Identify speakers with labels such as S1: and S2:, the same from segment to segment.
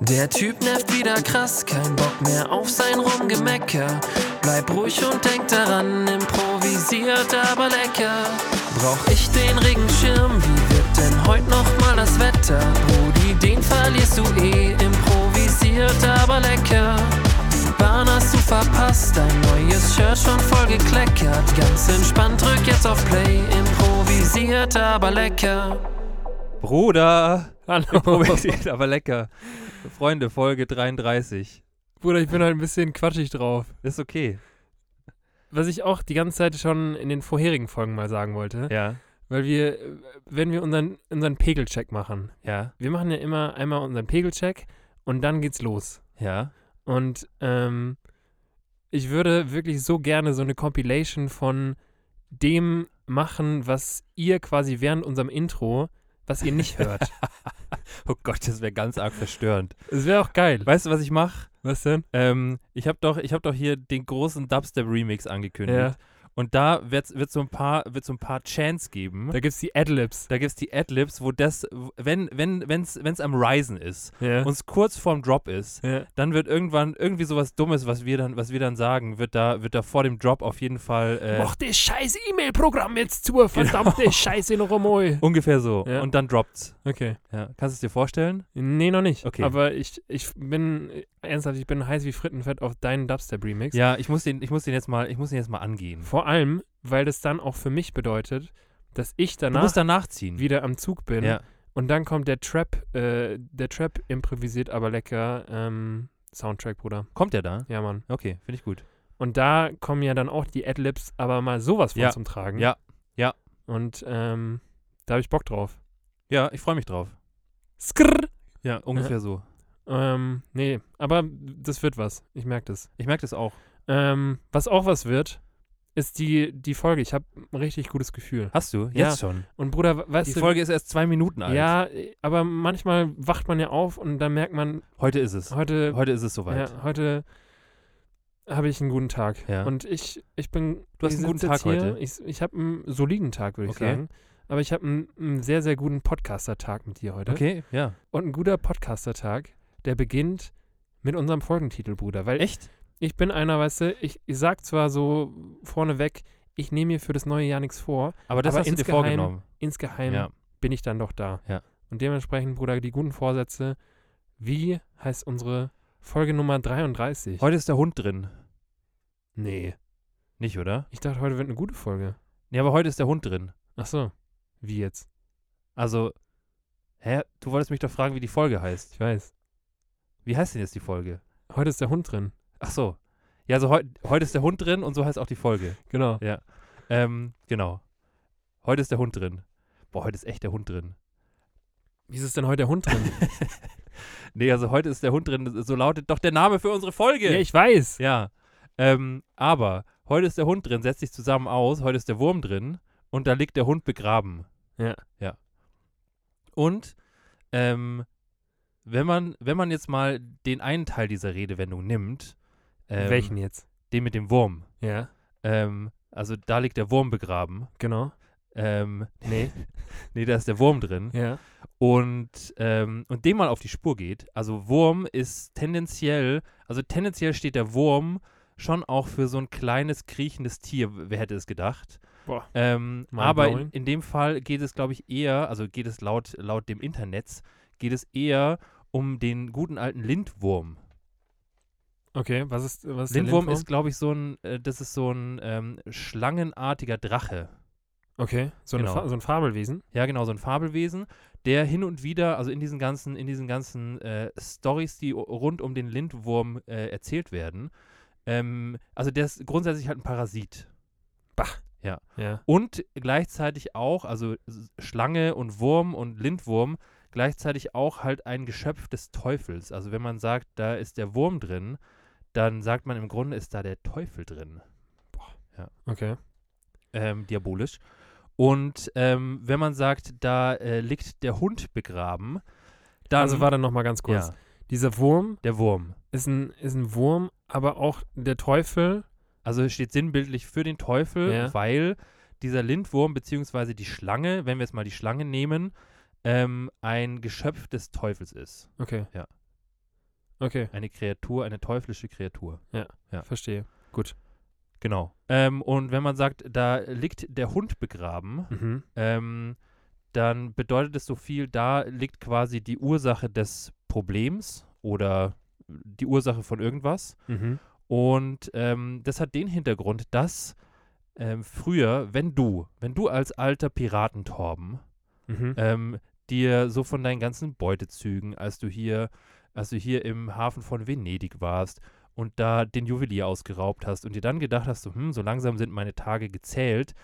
S1: Der Typ nervt wieder krass, kein Bock mehr auf sein Rumgemecker. Bleib ruhig und denk daran, improvisiert aber lecker. Brauch ich den Regenschirm, wie wird denn heute nochmal das Wetter? Brudi, den verlierst du eh, improvisiert aber lecker. Die Bahn hast du verpasst, dein neues Shirt schon voll gekleckert. Ganz entspannt, drück jetzt auf Play, improvisiert aber lecker.
S2: Bruder!
S3: Hallo.
S2: Improvisiert, aber lecker. Freunde, Folge 33.
S3: Bruder, ich bin halt ein bisschen quatschig drauf.
S2: Ist okay.
S3: Was ich auch die ganze Zeit schon in den vorherigen Folgen mal sagen wollte,
S2: Ja,
S3: weil wir, äh, wenn wir unseren, unseren Pegelcheck machen,
S2: ja,
S3: wir machen ja immer einmal unseren Pegelcheck und dann geht's los.
S2: ja.
S3: Und ähm, ich würde wirklich so gerne so eine Compilation von dem machen, was ihr quasi während unserem Intro, was ihr nicht hört.
S2: Oh Gott, das wäre ganz arg verstörend.
S3: Es wäre auch geil.
S2: Weißt du, was ich mache?
S3: Was denn?
S2: Ähm, ich habe doch, ich hab doch hier den großen Dubstep-Remix angekündigt.
S3: Ja.
S2: Und da wird es so ein paar, wird's so ein paar Chants geben.
S3: Da gibt's die Adlibs.
S2: Da gibt es die Adlibs, wo das, wenn wenn wenn's, wenn's am Risen ist,
S3: Ja.
S2: uns kurz vorm Drop ist,
S3: ja.
S2: dann wird irgendwann irgendwie sowas Dummes, was wir dann, was wir dann sagen, wird da, wird da vor dem Drop auf jeden Fall äh, Genau.
S3: Mach das scheiß E-Mail-Programm jetzt zu, verdammte Scheiße noch einmal.
S2: ungefähr so.
S3: Ja.
S2: Und dann droppt's.
S3: Okay.
S2: Ja. Kannst du es dir vorstellen?
S3: Nee, noch nicht.
S2: Okay.
S3: Aber ich, ich bin, äh, ernsthaft, ich bin heiß wie Frittenfett auf deinen Dubstep-Remix.
S2: Ja, ich muss den, ich muss den jetzt mal, ich muss den jetzt mal angehen.
S3: Vor allem, weil das dann auch für mich bedeutet, dass ich
S2: Du
S3: danach
S2: musst danach ziehen.
S3: wieder am Zug bin.
S2: ja.
S3: Und dann kommt der Trap, äh, der Trap improvisiert aber lecker ähm, Soundtrack, Bruder.
S2: Kommt der da?
S3: Ja, Mann.
S2: Okay, finde ich gut.
S3: Und da kommen ja dann auch die Adlibs aber mal sowas von
S2: Ja.
S3: zum Tragen.
S2: Ja. Ja.
S3: Und ähm, da habe ich Bock drauf.
S2: Ja, ich freue mich drauf.
S3: Skrrr.
S2: Ja, ungefähr so.
S3: Ähm, nee, aber das wird was. Ich merke das.
S2: Ich merke das auch.
S3: Ähm, was auch was wird, ist die, die Folge. Ich habe ein richtig gutes Gefühl.
S2: Hast du?
S3: Ja.
S2: Jetzt schon.
S3: Und Bruder, we- weißt
S2: Die
S3: du,
S2: Folge ist erst zwei Minuten alt.
S3: ja, aber manchmal wacht man ja auf und dann merkt man,
S2: Heute ist es.
S3: heute,
S2: Heute ist es soweit.
S3: ja, heute habe ich einen guten Tag.
S2: Ja.
S3: Und ich, ich bin.
S2: Du hast
S3: ich
S2: einen guten
S3: sitz jetzt
S2: Tag
S3: hier,
S2: heute.
S3: Ich, ich habe einen soliden Tag, würde ich
S2: Okay.
S3: sagen. Aber ich habe einen, einen sehr, sehr guten Podcaster-Tag mit dir heute.
S2: Okay, ja.
S3: Und ein guter Podcaster-Tag, der beginnt mit unserem Folgentitel, Bruder. Weil
S2: Echt?
S3: ich bin einer, weißt du, ich, ich sag zwar so vorneweg, ich nehme mir für das neue Jahr nichts vor,
S2: Aber das
S3: Aber
S2: hast du dir
S3: insgeheim-
S2: vorgenommen.
S3: insgeheim
S2: Ja.
S3: bin ich dann doch da.
S2: Ja.
S3: Und dementsprechend, Bruder, die guten Vorsätze, wie heißt unsere Folge Nummer 33?
S2: Heute ist der Hund drin.
S3: nee.
S2: Nicht, oder?
S3: Ich dachte, heute wird eine gute Folge.
S2: Nee, aber heute ist der Hund drin.
S3: Ach so. Wie jetzt?
S2: Also, hä? Du wolltest mich doch fragen, wie die Folge heißt.
S3: Ich weiß.
S2: Wie heißt denn jetzt die Folge?
S3: Heute ist der Hund drin.
S2: Ach so. Ja, also heu heute ist der Hund drin und so heißt auch die Folge.
S3: Genau.
S2: Ähm, genau. Heute ist der Hund drin. Boah, heute ist echt der Hund drin.
S3: Wieso ist denn heute der Hund drin?
S2: Nee, also heute ist der Hund drin. So lautet doch der Name für unsere Folge.
S3: ja, ich weiß.
S2: Ja. Ähm, aber heute ist der Hund drin, setzt dich zusammen aus, heute ist der Wurm drin und da liegt der Hund begraben.
S3: Ja.
S2: Ja. Und ähm, wenn man, wenn man jetzt mal den einen Teil dieser Redewendung nimmt, ähm,
S3: Welchen jetzt?
S2: Den mit dem Wurm.
S3: Ja,
S2: Ähm, also da liegt der Wurm begraben.
S3: genau.
S2: Ähm,
S3: Nee.
S2: nee, da ist der Wurm drin.
S3: ja.
S2: Und, ähm, und dem mal auf die Spur geht. Also Wurm ist tendenziell, also tendenziell steht der Wurm schon auch für so ein kleines kriechendes Tier, wer hätte es gedacht.
S3: Boah.
S2: Ähm,
S3: Mind
S2: aber in,
S3: blowing.
S2: in dem Fall geht es, glaube ich, eher, also geht es laut, laut dem Internet, geht es eher um den guten alten Lindwurm.
S3: Okay, was ist, was ist der
S2: Lindwurm ist, glaube ich, so ein, äh, das ist so ein ähm, schlangenartiger Drache.
S3: Okay, so, eine
S2: Genau.
S3: Fa so ein Fabelwesen.
S2: Ja, genau, so ein Fabelwesen, der hin und wieder, also in diesen ganzen, in diesen ganzen äh, Stories, die o- rund um den Lindwurm äh, erzählt werden, ähm, also der ist grundsätzlich halt ein Parasit.
S3: Ja.
S2: Und gleichzeitig auch, also s- Schlange und Wurm und Lindwurm, gleichzeitig auch halt ein Geschöpf des Teufels. Also wenn man sagt, da ist der Wurm drin, dann sagt man im Grunde ist da der Teufel drin.
S3: Okay.
S2: ähm, diabolisch. Und ähm, wenn man sagt, da äh, liegt der Hund begraben, dann
S3: also war dann nochmal ganz kurz.
S2: ja,
S3: Dieser Wurm
S2: der Wurm.
S3: ist ein, ist ein Wurm, aber auch der Teufel.
S2: Also es steht sinnbildlich für den Teufel,
S3: Ja.
S2: weil dieser Lindwurm beziehungsweise die Schlange, wenn wir jetzt mal die Schlange nehmen, ähm, ein Geschöpf des Teufels ist.
S3: Okay.
S2: Ja.
S3: Okay,
S2: Eine Kreatur, eine teuflische Kreatur. Ja.
S3: verstehe.
S2: Genau. Ähm, und wenn man sagt, da liegt der Hund begraben,
S3: Mhm.
S2: ähm, dann bedeutet es so viel, da liegt quasi die Ursache des Problems oder die Ursache von irgendwas.
S3: Mhm.
S2: Und ähm, das hat den Hintergrund, dass ähm, früher, wenn du, wenn du als alter Piratentorben
S3: Mhm.
S2: ähm, dir so von deinen ganzen Beutezügen, als du hier, als du hier im Hafen von Venedig warst und da den Juwelier ausgeraubt hast und dir dann gedacht hast, so, hm, so langsam sind meine Tage gezählt,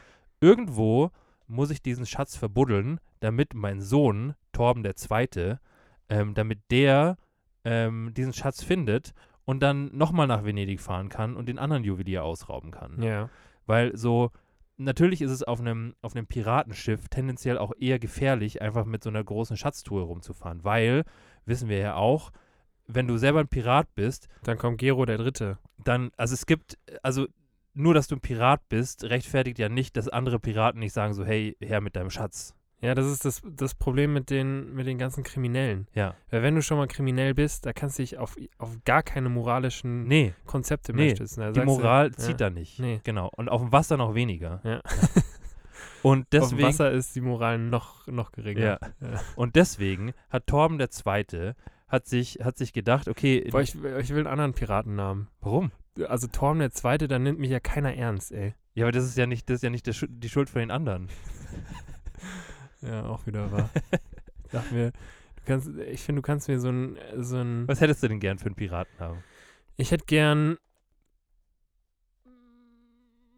S2: irgendwo muss ich diesen Schatz verbuddeln, damit mein Sohn, Torben der Zweite, ähm, damit der ähm, diesen Schatz findet und dann nochmal nach Venedig fahren kann und den anderen Juwelier ausrauben kann. ne?
S3: Ja.
S2: Weil so, natürlich ist es auf einem, auf einem Piratenschiff tendenziell auch eher gefährlich, einfach mit so einer großen Schatztruhe rumzufahren. Weil, wissen wir ja auch, wenn du selber ein Pirat bist,
S3: Dann kommt Gero der Dritte.
S2: dann, also es gibt, also nur, dass du ein Pirat bist, rechtfertigt ja nicht, dass andere Piraten nicht sagen so, hey, her mit deinem Schatz.
S3: Ja, das ist das, das Problem mit den, mit den ganzen Kriminellen.
S2: Ja.
S3: Weil wenn du schon mal kriminell bist, da kannst du dich auf, auf gar keine moralischen
S2: Nee,
S3: Konzepte
S2: Nee,
S3: mehr stützen. Da
S2: die
S3: sagst du,
S2: Moral
S3: ja.
S2: zieht da nicht.
S3: Nee.
S2: Genau. Und auf dem Wasser noch weniger.
S3: Ja.
S2: Und
S3: Auf dem
S2: deswegen
S3: Wasser ist die Moral noch, noch geringer.
S2: Ja. und deswegen hat Torben der Zweite hat sich hat sich gedacht, okay,
S3: Boah, ich, ich will einen anderen Piratennamen.
S2: warum?
S3: Also Torm der Zweite, da nimmt mich ja keiner ernst, ey.
S2: Ja, aber das ist ja nicht, das ist ja nicht der Schu die Schuld von den anderen.
S3: Ja, auch wieder wahr. Sag mir, du kannst, ich finde, du kannst mir so ein, so ein
S2: Was hättest du denn gern für einen Piratennamen?
S3: Ich hätte gern.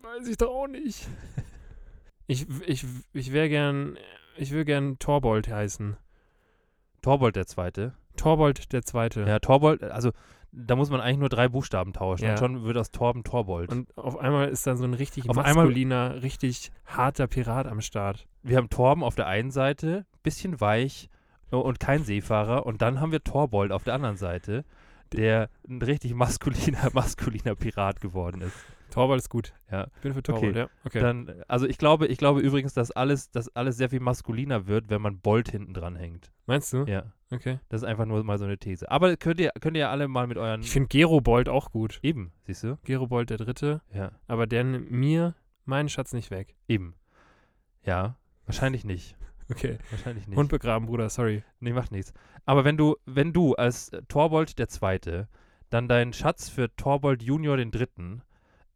S3: Weiß ich doch auch nicht. Ich, ich, ich wäre gern. Ich will gern Torbold heißen.
S2: Torbold der Zweite.
S3: Torbold der Zweite.
S2: Ja, Torbold, also da muss man eigentlich nur drei Buchstaben tauschen
S3: Ja.
S2: und schon wird aus Torben Torbold.
S3: Und auf einmal ist dann so ein richtig
S2: Auf einmal-
S3: maskuliner, richtig harter Pirat am Start.
S2: wir haben Torben auf der einen Seite, bisschen weich äh, und kein Seefahrer und dann haben wir Torbold auf der anderen Seite, der ein richtig maskuliner maskuliner Pirat geworden ist.
S3: Torbold ist gut.
S2: Ja.
S3: Ich bin für Torbold, ja. Okay.
S2: Dann also ich glaube, ich glaube übrigens, dass alles dass alles sehr viel maskuliner wird, wenn man Bold hinten dran hängt.
S3: Meinst du?
S2: Ja,
S3: Okay.
S2: das ist einfach nur mal so eine These. Aber könnt ihr könnt ihr ja alle mal mit euren
S3: Ich finde Gerobold auch gut.
S2: Eben, siehst du?
S3: Gerobold der Dritte.
S2: Ja,
S3: Aber der nimmt mir meinen Schatz nicht weg.
S2: eben. Ja, wahrscheinlich nicht.
S3: Okay.
S2: Wahrscheinlich nicht.
S3: Hund begraben, Bruder, sorry.
S2: nee, macht nichts. Aber wenn du, wenn du als äh, Torbold der Zweite dann deinen Schatz für Torbold Junior den Dritten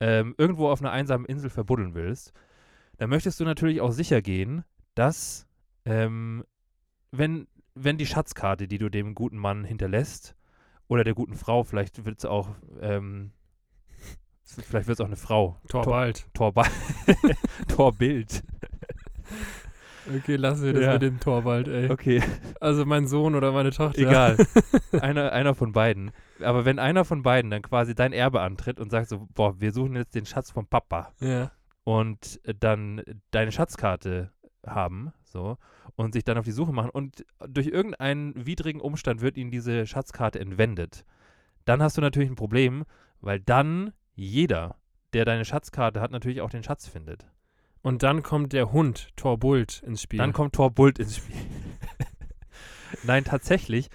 S2: ähm, irgendwo auf einer einsamen Insel verbuddeln willst, dann möchtest du natürlich auch sicher gehen, dass ähm, wenn, wenn die Schatzkarte, die du dem guten Mann hinterlässt, oder der guten Frau, vielleicht wird es auch, ähm, vielleicht wird es auch eine Frau,
S3: Torbold.
S2: Torba Torbild.
S3: Okay, lassen wir das
S2: Ja.
S3: mit dem Torwald, ey.
S2: Okay,
S3: Also mein Sohn oder meine Tochter.
S2: egal. Einer, einer von beiden. Aber wenn einer von beiden dann quasi dein Erbe antritt und sagt so, boah, wir suchen jetzt den Schatz von Papa
S3: Ja.
S2: und äh, dann deine Schatzkarte haben, so, und sich dann auf die Suche machen und durch irgendeinen widrigen Umstand wird ihnen diese Schatzkarte entwendet, dann hast du natürlich ein Problem, weil dann jeder, der deine Schatzkarte hat, natürlich auch den Schatz findet.
S3: Und dann kommt der Hund, Torbult, ins Spiel.
S2: Dann kommt Torbult ins Spiel. Nein, tatsächlich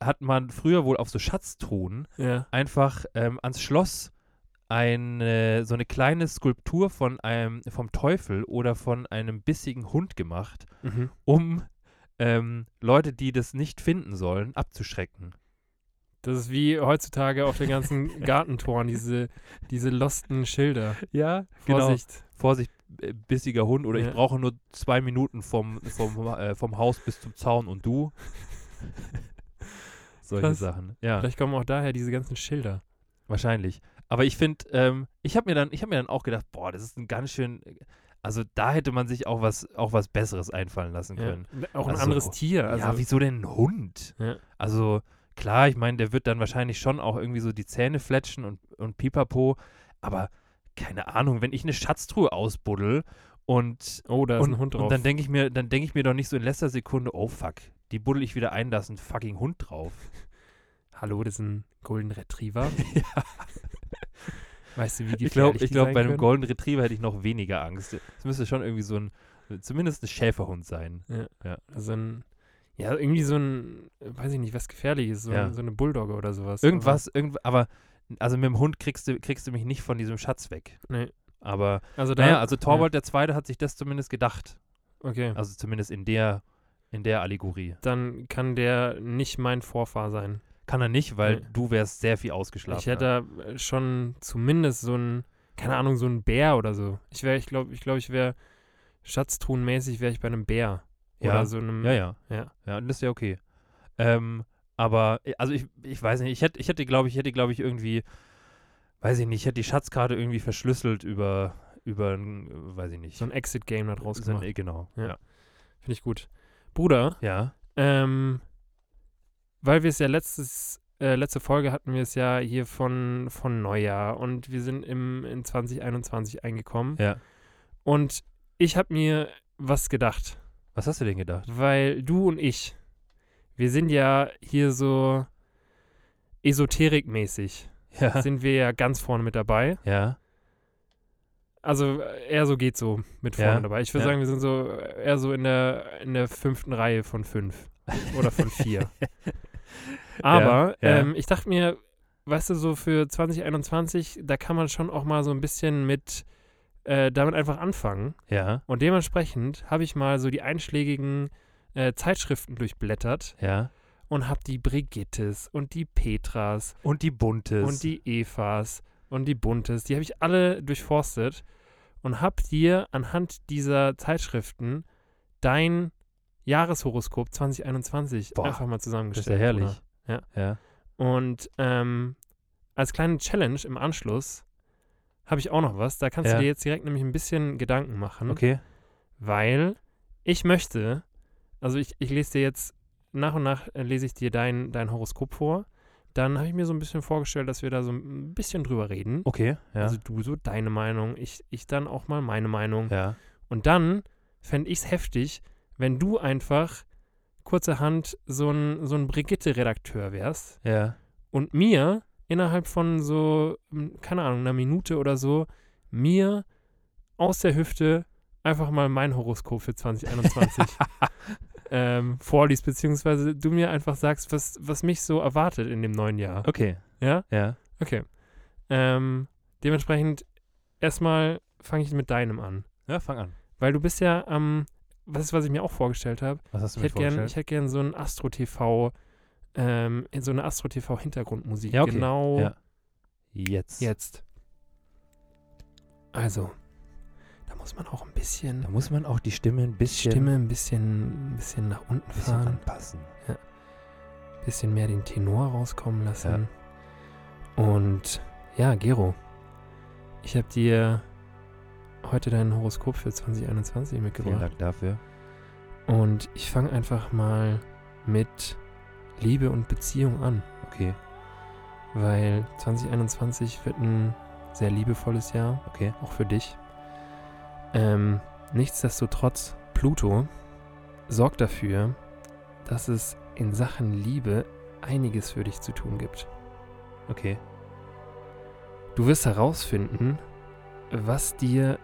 S2: hat man früher wohl auf so Schatztruhen
S3: ja.
S2: einfach ähm, ans Schloss eine, so eine kleine Skulptur von einem, vom Teufel oder von einem bissigen Hund gemacht,
S3: Mhm.
S2: um ähm, Leute, die das nicht finden sollen, abzuschrecken.
S3: Das ist wie heutzutage auf den ganzen Gartentoren, diese, diese losten Schilder.
S2: Genau. Ja,
S3: Vorsicht.
S2: Vorsicht, äh, bissiger Hund oder
S3: genau. Ja.
S2: ich brauche nur zwei Minuten vom, vom, äh, vom Haus bis zum Zaun und du. Solche
S3: Krass.
S2: Sachen. Ja.
S3: Vielleicht kommen auch daher diese ganzen Schilder.
S2: Wahrscheinlich. Aber ich finde, ähm, ich habe mir, dann- ich hab mir dann auch gedacht, boah, das ist ein ganz schön. Also da hätte man sich auch was, auch was Besseres einfallen lassen
S3: Ja.
S2: können.
S3: Auch ein
S2: Also-
S3: anderes Tier. Also,
S2: ja, wieso denn ein Hund?
S3: Ja.
S2: Also klar, ich meine, der wird dann wahrscheinlich schon auch irgendwie so die Zähne fletschen und, und pipapo. Aber keine Ahnung, wenn ich eine Schatztruhe ausbuddel und,
S3: oh, da ist
S2: und,
S3: ein Hund drauf.
S2: und dann denke ich mir, dann denke ich mir doch nicht so in letzter Sekunde, oh fuck, die buddel ich wieder ein, da ist ein fucking Hund drauf.
S3: Hallo, das ist ein Golden Retriever. Weißt du, wie gefährlich
S2: Ich glaube,
S3: die
S2: ich glaub,
S3: sein
S2: bei einem
S3: können?
S2: Golden Retriever hätte ich noch weniger Angst. Es müsste schon irgendwie so ein, zumindest ein Schäferhund sein.
S3: So Also ein, ja, irgendwie so ein, weiß ich nicht, was Gefährliches, so,
S2: Ja.
S3: ein, so eine Bulldogge oder sowas.
S2: Irgendwas, irgend, aber also mit dem Hund kriegst du, kriegst du mich nicht von diesem Schatz weg.
S3: Nee.
S2: Aber,
S3: Aber, also da,
S2: naja, also Torwald der Zweite hat sich das zumindest gedacht.
S3: okay.
S2: Also zumindest in der, in der Allegorie.
S3: Dann kann der nicht mein Vorfahr sein.
S2: Kann er nicht, weil
S3: Nee.
S2: du wärst sehr viel ausgeschlafen.
S3: Ich hätte äh, schon zumindest so ein, keine Ahnung, so ein Bär oder so. Ich wäre, ich glaube, ich glaube, ich wäre schatztruhenmäßig wäre ich bei einem Bär.
S2: Ja.
S3: Oder so einem,
S2: Ja, ja.
S3: Hm, Ja.
S2: Ja, und das ist ja okay. Ähm, aber, äh, also ich, ich weiß nicht, ich hätte, ich hätte, glaube ich, hätte, glaube ich, irgendwie, weiß ich nicht, ich hätte die Schatzkarte irgendwie verschlüsselt über, über, ein, äh, weiß ich nicht.
S3: so ein Exit-Game da draus
S2: So ein-
S3: gemacht.
S2: äh, genau.
S3: Ja.
S2: Ja.
S3: Finde ich gut. Bruder,
S2: ja.
S3: ähm, weil wir es ja letztes, äh, letzte Folge hatten wir es ja hier von, von Neujahr und wir sind im, in 2021 eingekommen.
S2: Ja.
S3: Und ich habe mir was gedacht.
S2: Was hast du denn gedacht?
S3: Weil du und ich, wir sind ja hier so esoterikmäßig,
S2: Ja.
S3: sind wir ja ganz vorne mit dabei.
S2: Ja.
S3: Also äh, eher so geht so mit vorne
S2: Ja,
S3: dabei. Ich würde
S2: ja.
S3: sagen, wir sind so äh, eher so in der, in der fünften Reihe von fünf oder von vier. Aber
S2: Ja, ja.
S3: Ähm, ich dachte mir, weißt du, so für 2021, da kann man schon auch mal so ein bisschen mit, äh, damit einfach anfangen.
S2: Ja.
S3: Und dementsprechend habe ich mal so die einschlägigen äh, Zeitschriften durchblättert
S2: Ja.
S3: und habe die Brigittes und die Petras
S2: Und die Buntes.
S3: und die Evas und die Buntes, die habe ich alle durchforstet und habe dir anhand dieser Zeitschriften dein Jahreshoroskop 2021
S2: Boah,
S3: einfach mal
S2: Das ist
S3: zusammengestellt.
S2: ja herrlich.
S3: Bruder. Ja.
S2: Ja.
S3: Und ähm, als kleine Challenge im Anschluss habe ich auch noch was. Da kannst
S2: Ja.
S3: du dir jetzt direkt nämlich ein bisschen Gedanken machen
S2: Okay.
S3: weil ich möchte, also ich, ich lese dir jetzt nach und nach äh, lese ich dir dein, dein Horoskop vor. Dann habe ich mir so ein bisschen vorgestellt, dass wir da so ein bisschen drüber reden.
S2: Okay. Ja.
S3: Also du so deine Meinung, ich, ich dann auch mal meine Meinung.
S2: ja.
S3: Und dann fände ich es heftig, wenn du einfach kurzerhand so ein, so ein Brigitte-Redakteur wärst
S2: Ja.
S3: und mir innerhalb von so, m, keine Ahnung, einer Minute oder so, mir aus der Hüfte einfach mal mein Horoskop für 2021 ähm, vorliest, beziehungsweise du mir einfach sagst, was, was mich so erwartet in dem neuen Jahr.
S2: Okay.
S3: Ja?
S2: Ja.
S3: Okay. Ähm, dementsprechend erstmal fange ich mit deinem an.
S2: Ja, fang an.
S3: Weil du bist ja am, was ist, was ich mir auch vorgestellt habe?
S2: Was hast du
S3: Ich
S2: mir
S3: hätte gern, ich
S2: vorgestellt?
S3: hätte gern so ein Astro TV, ähm, so eine Astro TV Hintergrundmusik.
S2: Ja, okay.
S3: Genau
S2: Ja. Jetzt.
S3: jetzt. Also, da muss man auch ein bisschen
S2: Da muss man auch die Stimme ein
S3: die
S2: bisschen,
S3: Stimme ein bisschen, ein bisschen nach unten
S2: ein bisschen
S3: fahren,
S2: anpassen.
S3: ein bisschen mehr den Tenor rauskommen lassen. Und ja, Gero, ich habe dir heute dein Horoskop für 2021
S2: Vielen
S3: mitgebracht.
S2: Dank dafür.
S3: Und ich fange einfach mal mit Liebe und Beziehung an.
S2: Okay.
S3: weil 2021 wird ein sehr liebevolles Jahr,
S2: Okay.
S3: auch für dich. Ähm, nichtsdestotrotz, Pluto sorgt dafür, dass es in Sachen Liebe einiges für dich zu tun gibt.
S2: Okay.
S3: Du wirst herausfinden, was dir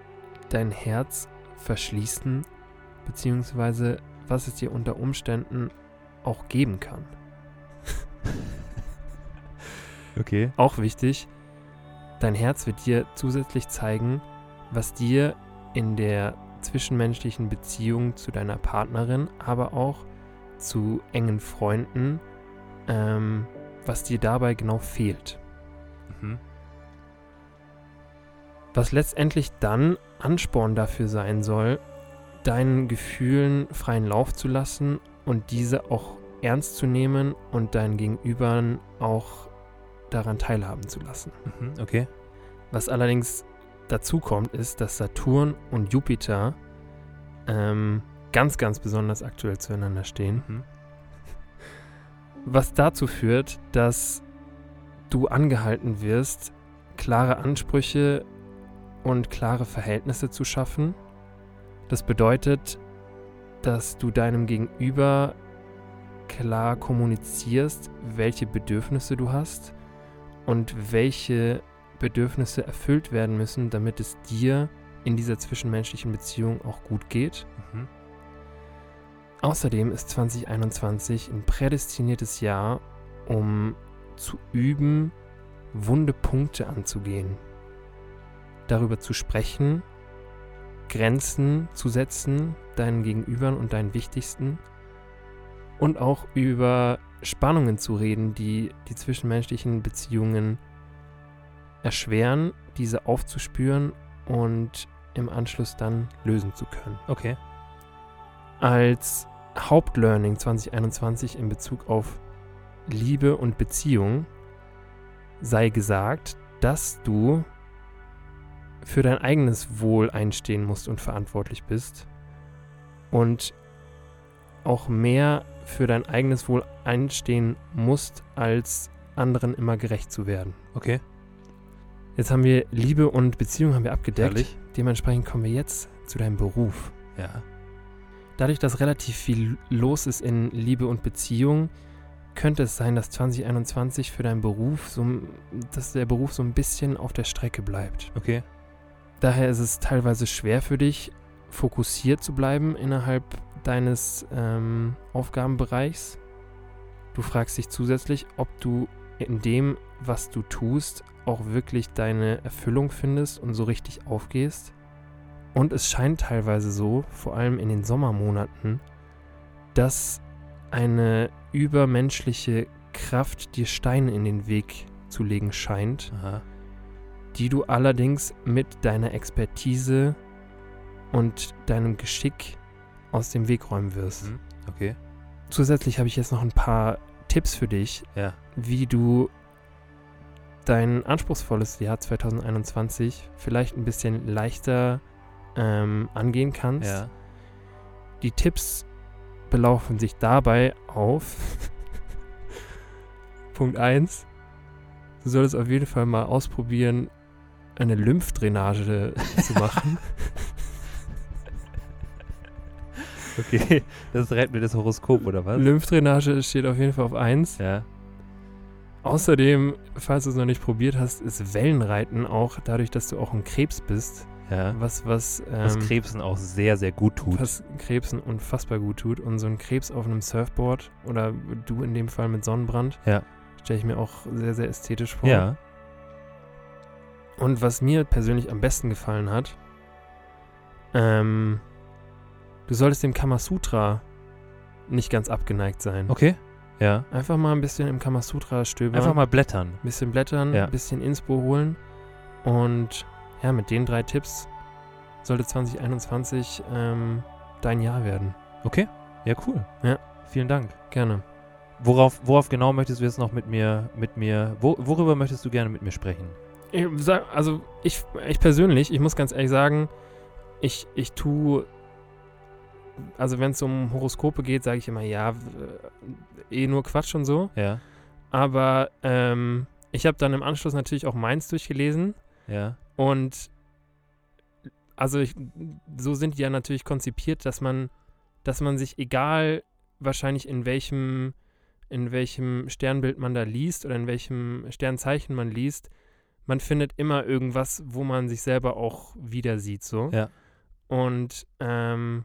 S3: dein Herz verschließen, beziehungsweise was es dir unter Umständen auch geben kann.
S2: Okay.
S3: Auch wichtig, dein Herz wird dir zusätzlich zeigen, was dir in der zwischenmenschlichen Beziehung zu deiner Partnerin, aber auch zu engen Freunden, ähm, was dir dabei genau fehlt.
S2: Mhm.
S3: Was letztendlich dann Ansporn dafür sein soll, deinen Gefühlen freien Lauf zu lassen und diese auch ernst zu nehmen und deinen Gegenübern auch daran teilhaben zu lassen.
S2: Mhm. Okay.
S3: Was allerdings dazu kommt, ist, dass Saturn und Jupiter ähm, ganz, ganz besonders aktuell zueinander stehen.
S2: Mhm.
S3: Was dazu führt, dass du angehalten wirst, klare Ansprüche und klare Verhältnisse zu schaffen. Das bedeutet, dass du deinem Gegenüber klar kommunizierst, welche Bedürfnisse du hast und welche Bedürfnisse erfüllt werden müssen, damit es dir in dieser zwischenmenschlichen Beziehung auch gut geht.
S2: Mhm.
S3: Außerdem ist 2021 ein prädestiniertes Jahr, um zu üben, wunde Punkte anzugehen, darüber zu sprechen, Grenzen zu setzen, deinen Gegenübern und deinen Wichtigsten und auch über Spannungen zu reden, die die zwischenmenschlichen Beziehungen erschweren, diese aufzuspüren und im Anschluss dann lösen zu können.
S2: Okay.
S3: Als Hauptlearning 2021 in Bezug auf Liebe und Beziehung sei gesagt, dass du für dein eigenes Wohl einstehen musst und verantwortlich bist und auch mehr für dein eigenes Wohl einstehen musst, als anderen immer gerecht zu werden.
S2: Okay.
S3: Jetzt haben wir Liebe und Beziehung haben wir abgedeckt.
S2: Herrlich.
S3: Dementsprechend kommen wir jetzt zu deinem Beruf.
S2: Ja.
S3: Dadurch, dass relativ viel los ist in Liebe und Beziehung, könnte es sein, dass 2021 für deinen Beruf so, m- dass der Beruf so ein bisschen auf der Strecke bleibt.
S2: Okay.
S3: Daher ist es teilweise schwer für dich, fokussiert zu bleiben innerhalb deines ähm, Aufgabenbereichs. Du fragst dich zusätzlich, ob du in dem, was du tust, auch wirklich deine Erfüllung findest und so richtig aufgehst. Und es scheint teilweise so, vor allem in den Sommermonaten, dass eine übermenschliche Kraft dir Steine in den Weg zu legen scheint
S2: Aha.
S3: die du allerdings mit deiner Expertise und deinem Geschick aus dem Weg räumen wirst.
S2: Mhm. Okay.
S3: Zusätzlich habe ich jetzt noch ein paar Tipps für dich,
S2: Ja.
S3: wie du dein anspruchsvolles Jahr 2021 vielleicht ein bisschen leichter ähm, angehen kannst.
S2: Ja.
S3: Die Tipps belaufen sich dabei auf Punkt 1. Du solltest auf jeden Fall mal ausprobieren, eine Lymphdrainage zu machen.
S2: Okay. Das rät mir das Horoskop, oder was?
S3: Lymphdrainage steht auf jeden Fall auf 1.
S2: ja.
S3: Außerdem, falls du es noch nicht probiert hast, ist Wellenreiten auch dadurch, dass du auch ein Krebs bist,
S2: Ja.
S3: was was, ähm,
S2: Was Krebsen auch sehr, sehr gut tut.
S3: was Krebsen unfassbar gut tut. Und so ein Krebs auf einem Surfboard oder du in dem Fall mit Sonnenbrand,
S2: Ja.
S3: stelle ich mir auch sehr, sehr ästhetisch vor.
S2: Ja.
S3: Und was mir persönlich am besten gefallen hat, ähm, du solltest dem Kamasutra nicht ganz abgeneigt sein.
S2: Okay. Ja.
S3: Einfach mal ein bisschen im Kamasutra stöbern,
S2: Einfach mal blättern.
S3: ein bisschen blättern,
S2: Ja.
S3: ein bisschen Inspo holen. Und ja, mit den drei Tipps sollte 2021 ähm, dein Jahr werden.
S2: Okay. Ja, cool.
S3: Ja.
S2: Vielen Dank.
S3: Gerne.
S2: Worauf, worauf genau möchtest du jetzt noch mit mir, mit mir, wo, worüber möchtest du gerne mit mir sprechen?
S3: Ich sag, also ich, ich persönlich, ich muss ganz ehrlich sagen, ich, ich tue, also wenn es um Horoskope geht, sage ich immer, ja, w- eh nur Quatsch und so.
S2: Ja,
S3: Aber ähm, ich habe dann im Anschluss natürlich auch meins durchgelesen
S2: ja,
S3: und also ich, so sind die ja natürlich konzipiert, dass man, dass man sich egal wahrscheinlich in welchem, in welchem Sternbild man da liest oder in welchem Sternzeichen man liest, man findet immer irgendwas, wo man sich selber auch wieder sieht, so.
S2: Ja.
S3: Und ähm,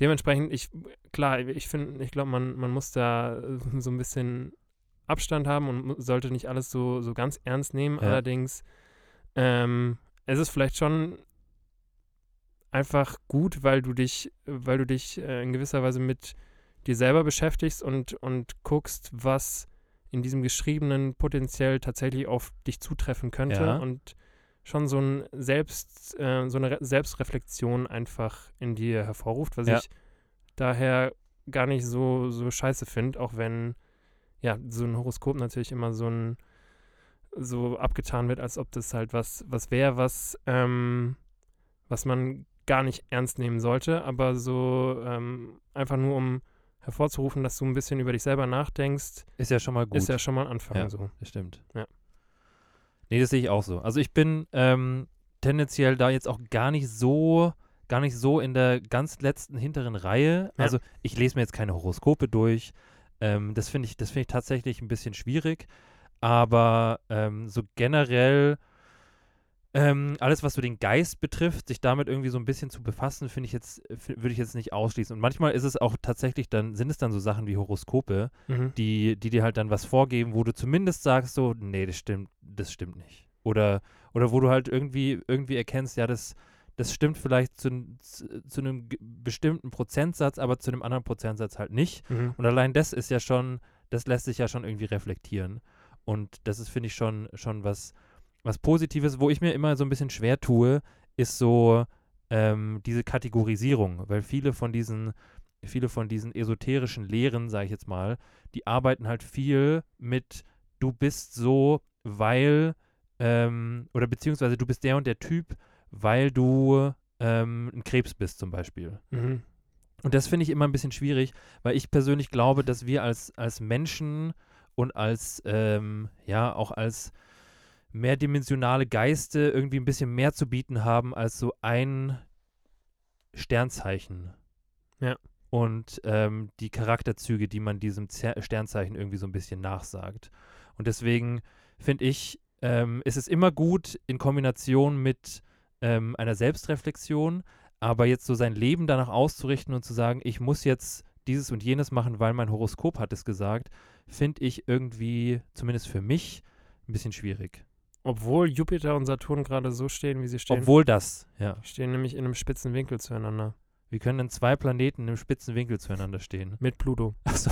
S3: dementsprechend, ich, klar, ich finde, ich glaube, man, man muss da äh, so ein bisschen Abstand haben und mu- sollte nicht alles so, so ganz ernst nehmen.
S2: Ja.
S3: Allerdings, ähm, es ist vielleicht schon einfach gut, weil du dich, weil du dich äh, in gewisser Weise mit dir selber beschäftigst und, und guckst, was in diesem Geschriebenen potenziell tatsächlich auf dich zutreffen könnte
S2: Ja.
S3: und schon so ein Selbst, äh, so eine Re Selbstreflexion einfach in dir hervorruft, was
S2: Ja.
S3: ich daher gar nicht so, so scheiße finde, auch wenn ja, so ein Horoskop natürlich immer so ein so abgetan wird, als ob das halt was, was wäre, was, ähm, was man gar nicht ernst nehmen sollte, aber so ähm, einfach nur um hervorzurufen, dass du ein bisschen über dich selber nachdenkst,
S2: ist ja schon mal gut.
S3: ist ja schon mal ein Anfang
S2: Ja.
S3: so.
S2: das stimmt.
S3: Ja.
S2: Nee, das sehe ich auch so. Also ich bin ähm, tendenziell da jetzt auch gar nicht so, gar nicht so in der ganz letzten hinteren Reihe.
S3: Ja.
S2: Also ich lese mir jetzt keine Horoskope durch. Ähm, das finde ich, das finde ich tatsächlich ein bisschen schwierig. Aber ähm, so generell Ähm, alles, was so den Geist betrifft, sich damit irgendwie so ein bisschen zu befassen, finde ich jetzt, würde ich jetzt nicht ausschließen. Und manchmal ist es auch tatsächlich dann, sind es dann so Sachen wie Horoskope,
S3: Mhm.
S2: die, die dir halt dann was vorgeben, wo du zumindest sagst so, nee, das stimmt, das stimmt nicht. Oder, oder wo du halt irgendwie, irgendwie erkennst, ja, das, das stimmt vielleicht zu, n- zu, zu einem ge- bestimmten Prozentsatz, aber zu einem anderen Prozentsatz halt nicht.
S3: Mhm.
S2: Und allein das ist ja schon, das lässt sich ja schon irgendwie reflektieren. Und das ist, finde ich, schon, schon was, was Positives, wo ich mir immer so ein bisschen schwer tue, ist so ähm, diese Kategorisierung, weil viele von diesen, viele von diesen esoterischen Lehren, sage ich jetzt mal, die arbeiten halt viel mit, du bist so, weil, ähm, oder beziehungsweise du bist der und der Typ, weil du ähm, ein Krebs bist zum Beispiel.
S3: Mhm.
S2: Und das finde ich immer ein bisschen schwierig, weil ich persönlich glaube, dass wir als, als Menschen und als, ähm, ja, auch als mehrdimensionale Geiste irgendwie ein bisschen mehr zu bieten haben als so ein Sternzeichen.
S3: Ja.
S2: Und ähm, die Charakterzüge, die man diesem Zer Sternzeichen irgendwie so ein bisschen nachsagt. Und deswegen finde ich, ähm, ist es immer gut in Kombination mit ähm, einer Selbstreflexion, aber jetzt so sein Leben danach auszurichten und zu sagen, ich muss jetzt dieses und jenes machen, weil mein Horoskop hat es gesagt, finde ich irgendwie, zumindest für mich, ein bisschen schwierig.
S3: Obwohl Jupiter und Saturn gerade so stehen, wie sie stehen.
S2: Obwohl das, ja.
S3: Die stehen nämlich in einem spitzen Winkel zueinander.
S2: Wie können denn zwei Planeten im spitzen Winkel zueinander stehen?
S3: Mit Pluto.
S2: Achso.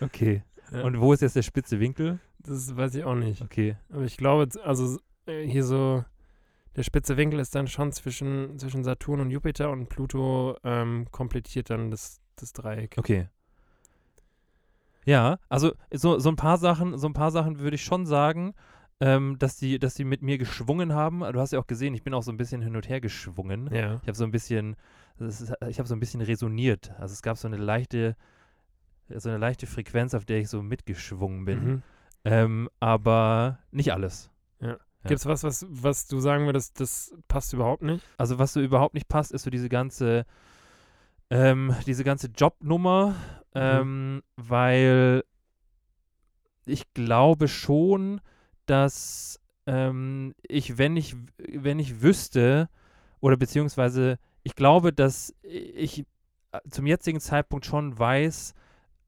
S2: okay.
S3: Ja.
S2: Und wo ist jetzt der spitze Winkel?
S3: Das weiß ich auch nicht.
S2: Okay.
S3: Aber ich glaube, z- also äh, hier so, der spitze Winkel ist dann schon zwischen, zwischen Saturn und Jupiter und Pluto ähm, komplettiert dann das, das Dreieck.
S2: Okay. Ja, also so, so ein paar Sachen, so ein paar Sachen würde ich schon sagen, ähm, dass die, dass die mit mir geschwungen haben. Du hast ja auch gesehen, ich bin auch so ein bisschen hin und her geschwungen.
S3: Ja.
S2: Ich habe so ein bisschen, das ist, ich habe so ein bisschen resoniert. Also es gab so eine leichte, so eine leichte Frequenz, auf der ich so mitgeschwungen bin.
S3: Mhm.
S2: Ähm, aber nicht alles. Ja.
S3: Gibt es was, was, was du sagen würdest, das passt überhaupt nicht?
S2: Also was so überhaupt nicht passt, ist so diese ganze, ähm, diese ganze Jobnummer, ähm, weil ich glaube schon, dass ähm, ich, wenn ich, wenn ich wüsste, oder beziehungsweise ich glaube, dass ich äh, zum jetzigen Zeitpunkt schon weiß,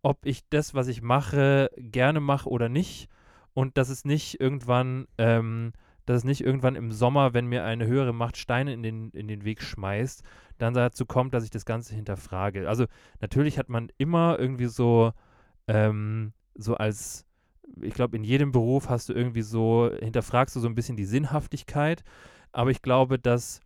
S2: ob ich das, was ich mache, gerne mache oder nicht. Und dass es nicht irgendwann, ähm, dass es nicht irgendwann im Sommer, wenn mir eine höhere Macht Steine in den, in den Weg schmeißt, dann dazu kommt, dass ich das Ganze hinterfrage. Also natürlich hat man immer irgendwie so, ähm, so als, ich glaube, in jedem Beruf hast du irgendwie so, hinterfragst du so ein bisschen die Sinnhaftigkeit. Aber ich glaube, dass,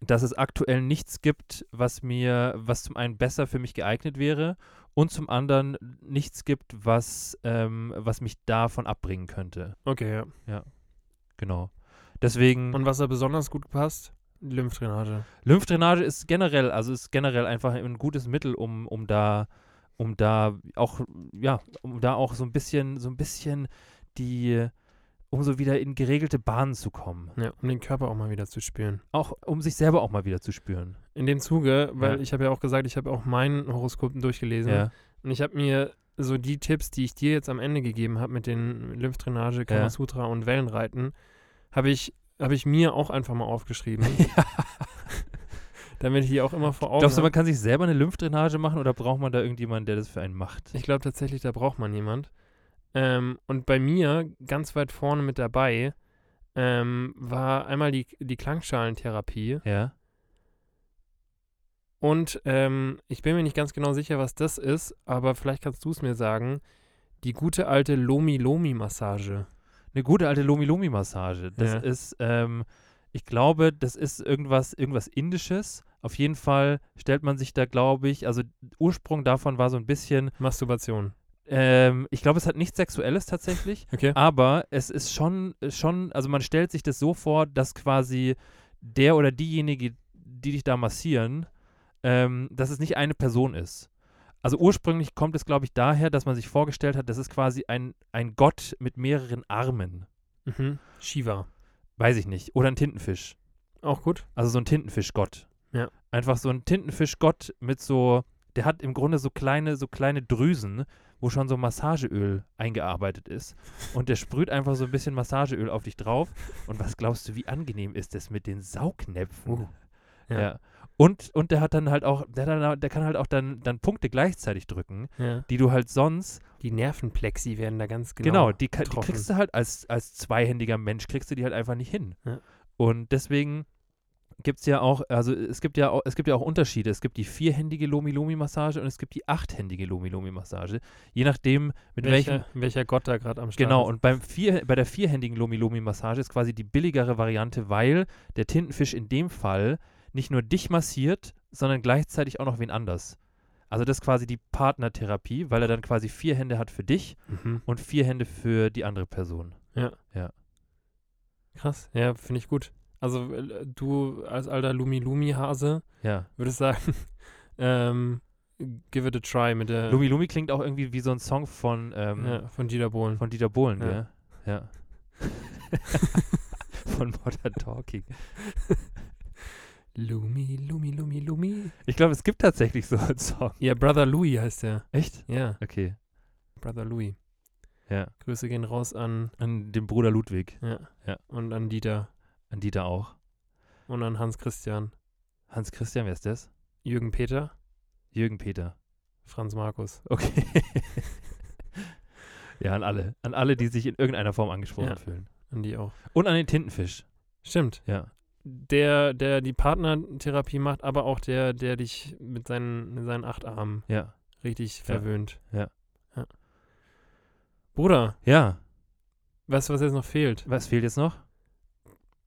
S2: dass es aktuell nichts gibt, was mir, was zum einen besser für mich geeignet wäre und zum anderen nichts gibt, was, ähm, was mich davon abbringen könnte.
S3: Okay, ja.
S2: Genau. Deswegen.
S3: Und was da besonders gut passt? Lymphdrainage.
S2: Lymphdrainage ist generell, also ist generell einfach ein gutes Mittel, um, um da, um da auch, ja, um da auch so ein bisschen, so ein bisschen die, um so wieder in geregelte Bahnen zu kommen.
S3: Ja, um den Körper auch mal wieder zu spüren.
S2: Auch um sich selber auch mal wieder zu spüren.
S3: In dem Zuge, weil
S2: Ja.
S3: ich habe ja auch gesagt, ich habe auch meinen Horoskopen durchgelesen.
S2: Ja.
S3: Und ich habe mir so die Tipps, die ich dir jetzt am Ende gegeben habe mit den Lymphdrainage, Kamasutra und Wellenreiten, habe ich, habe ich mir auch einfach mal aufgeschrieben. Damit ich die auch immer vor Augen
S2: Glaubst du,
S3: habe.
S2: man kann sich selber eine Lymphdrainage machen oder braucht man da irgendjemanden, der das für einen macht?
S3: Ich glaube tatsächlich, da braucht man jemand. Ähm, und bei mir, ganz weit vorne mit dabei, ähm, war einmal die, die Klangschalentherapie.
S2: Ja.
S3: Und ähm, ich bin mir nicht ganz genau sicher, was das ist, aber vielleicht kannst du es mir sagen. Die gute alte Lomi-Lomi-Massage.
S2: Eine gute alte Lomi-Lomi-Massage. Das
S3: Ja.
S2: ist, ähm, ich glaube, das ist irgendwas, irgendwas Indisches. Auf jeden Fall stellt man sich da, glaube ich, also Ursprung davon war so ein bisschen,
S3: Masturbation.
S2: Ähm, ich glaube, es hat nichts Sexuelles tatsächlich,
S3: Okay.
S2: aber es ist schon, ist schon, also man stellt sich das so vor, dass quasi der oder diejenige, die dich da massieren, ähm, dass es nicht eine Person ist. Also ursprünglich kommt es, glaube ich, daher, dass man sich vorgestellt hat, das ist quasi ein, ein Gott mit mehreren Armen.
S3: Mhm. Shiva.
S2: Weiß ich nicht. Oder ein Tintenfisch.
S3: Auch gut.
S2: Also so ein Tintenfischgott.
S3: Ja.
S2: Einfach so ein Tintenfischgott mit so, der hat im Grunde so kleine, so kleine Drüsen, wo schon so Massageöl eingearbeitet ist. Und der sprüht einfach so ein bisschen Massageöl auf dich drauf. Und was glaubst du, wie angenehm ist das mit den Saugnäpfen?
S3: Uh, ja.
S2: ja. Und, und der hat dann halt auch, der, hat dann, der kann halt auch dann, dann Punkte gleichzeitig drücken,
S3: Ja.
S2: die du halt sonst,
S3: Die Nervenplexi werden da ganz
S2: genau,
S3: genau.
S2: die, ka- die
S3: getroffen.
S2: kriegst du halt als, als zweihändiger Mensch, kriegst du die halt einfach nicht hin.
S3: Ja.
S2: Und deswegen gibt es ja auch, also es gibt ja auch, es gibt ja auch Unterschiede. Es gibt die vierhändige Lomi-Lomi-Massage und es gibt die achthändige Lomi-Lomi-Massage. Je nachdem, mit welchem
S3: welcher, welcher Gott da gerade am Start
S2: Genau,
S3: ist.
S2: und beim vier, bei der vierhändigen Lomi-Lomi-Massage ist quasi die billigere Variante, weil der Tintenfisch in dem Fall nicht nur dich massiert, sondern gleichzeitig auch noch wen anders. Also das ist quasi die Partnertherapie, weil er dann quasi vier Hände hat für dich
S3: Mhm.
S2: und vier Hände für die andere Person.
S3: Krass. Ja, finde ich gut. Also äh, du als alter Lumi-Lumi-Hase
S2: Ja.
S3: würdest sagen, ähm, give it a try mit der
S2: Äh. Lumi Lumi klingt auch irgendwie wie so ein Song von, ähm,
S3: ja, von Dieter Bohlen.
S2: von Dieter Bohlen,
S3: Ja.
S2: gell? Ja. von Modern Talking.
S3: Lumi, Lumi, Lumi, Lumi.
S2: Ich glaube, es gibt tatsächlich so einen Song.
S3: Ja, Brother Louis heißt der.
S2: Echt?
S3: Ja,
S2: Okay.
S3: Brother Louis.
S2: Ja.
S3: Grüße gehen raus an
S2: An den Bruder Ludwig.
S3: ja,
S2: Ja.
S3: und an Dieter
S2: An Dieter auch.
S3: und an Hans Christian,
S2: Hans Christian, wer ist das?
S3: Jürgen Peter,
S2: Jürgen Peter.
S3: Franz Markus.
S2: Okay. ja, an alle. An alle, die sich in irgendeiner Form angesprochen
S3: Ja.
S2: fühlen.
S3: An die auch.
S2: Und an den Tintenfisch.
S3: Stimmt.
S2: Ja.
S3: Der, der die Partnertherapie macht, aber auch der, der dich mit seinen, mit seinen acht Armen
S2: Ja.
S3: richtig verwöhnt.
S2: Ja.
S3: ja. Bruder,
S2: Ja.
S3: weißt du, was jetzt noch fehlt?
S2: Was fehlt jetzt noch?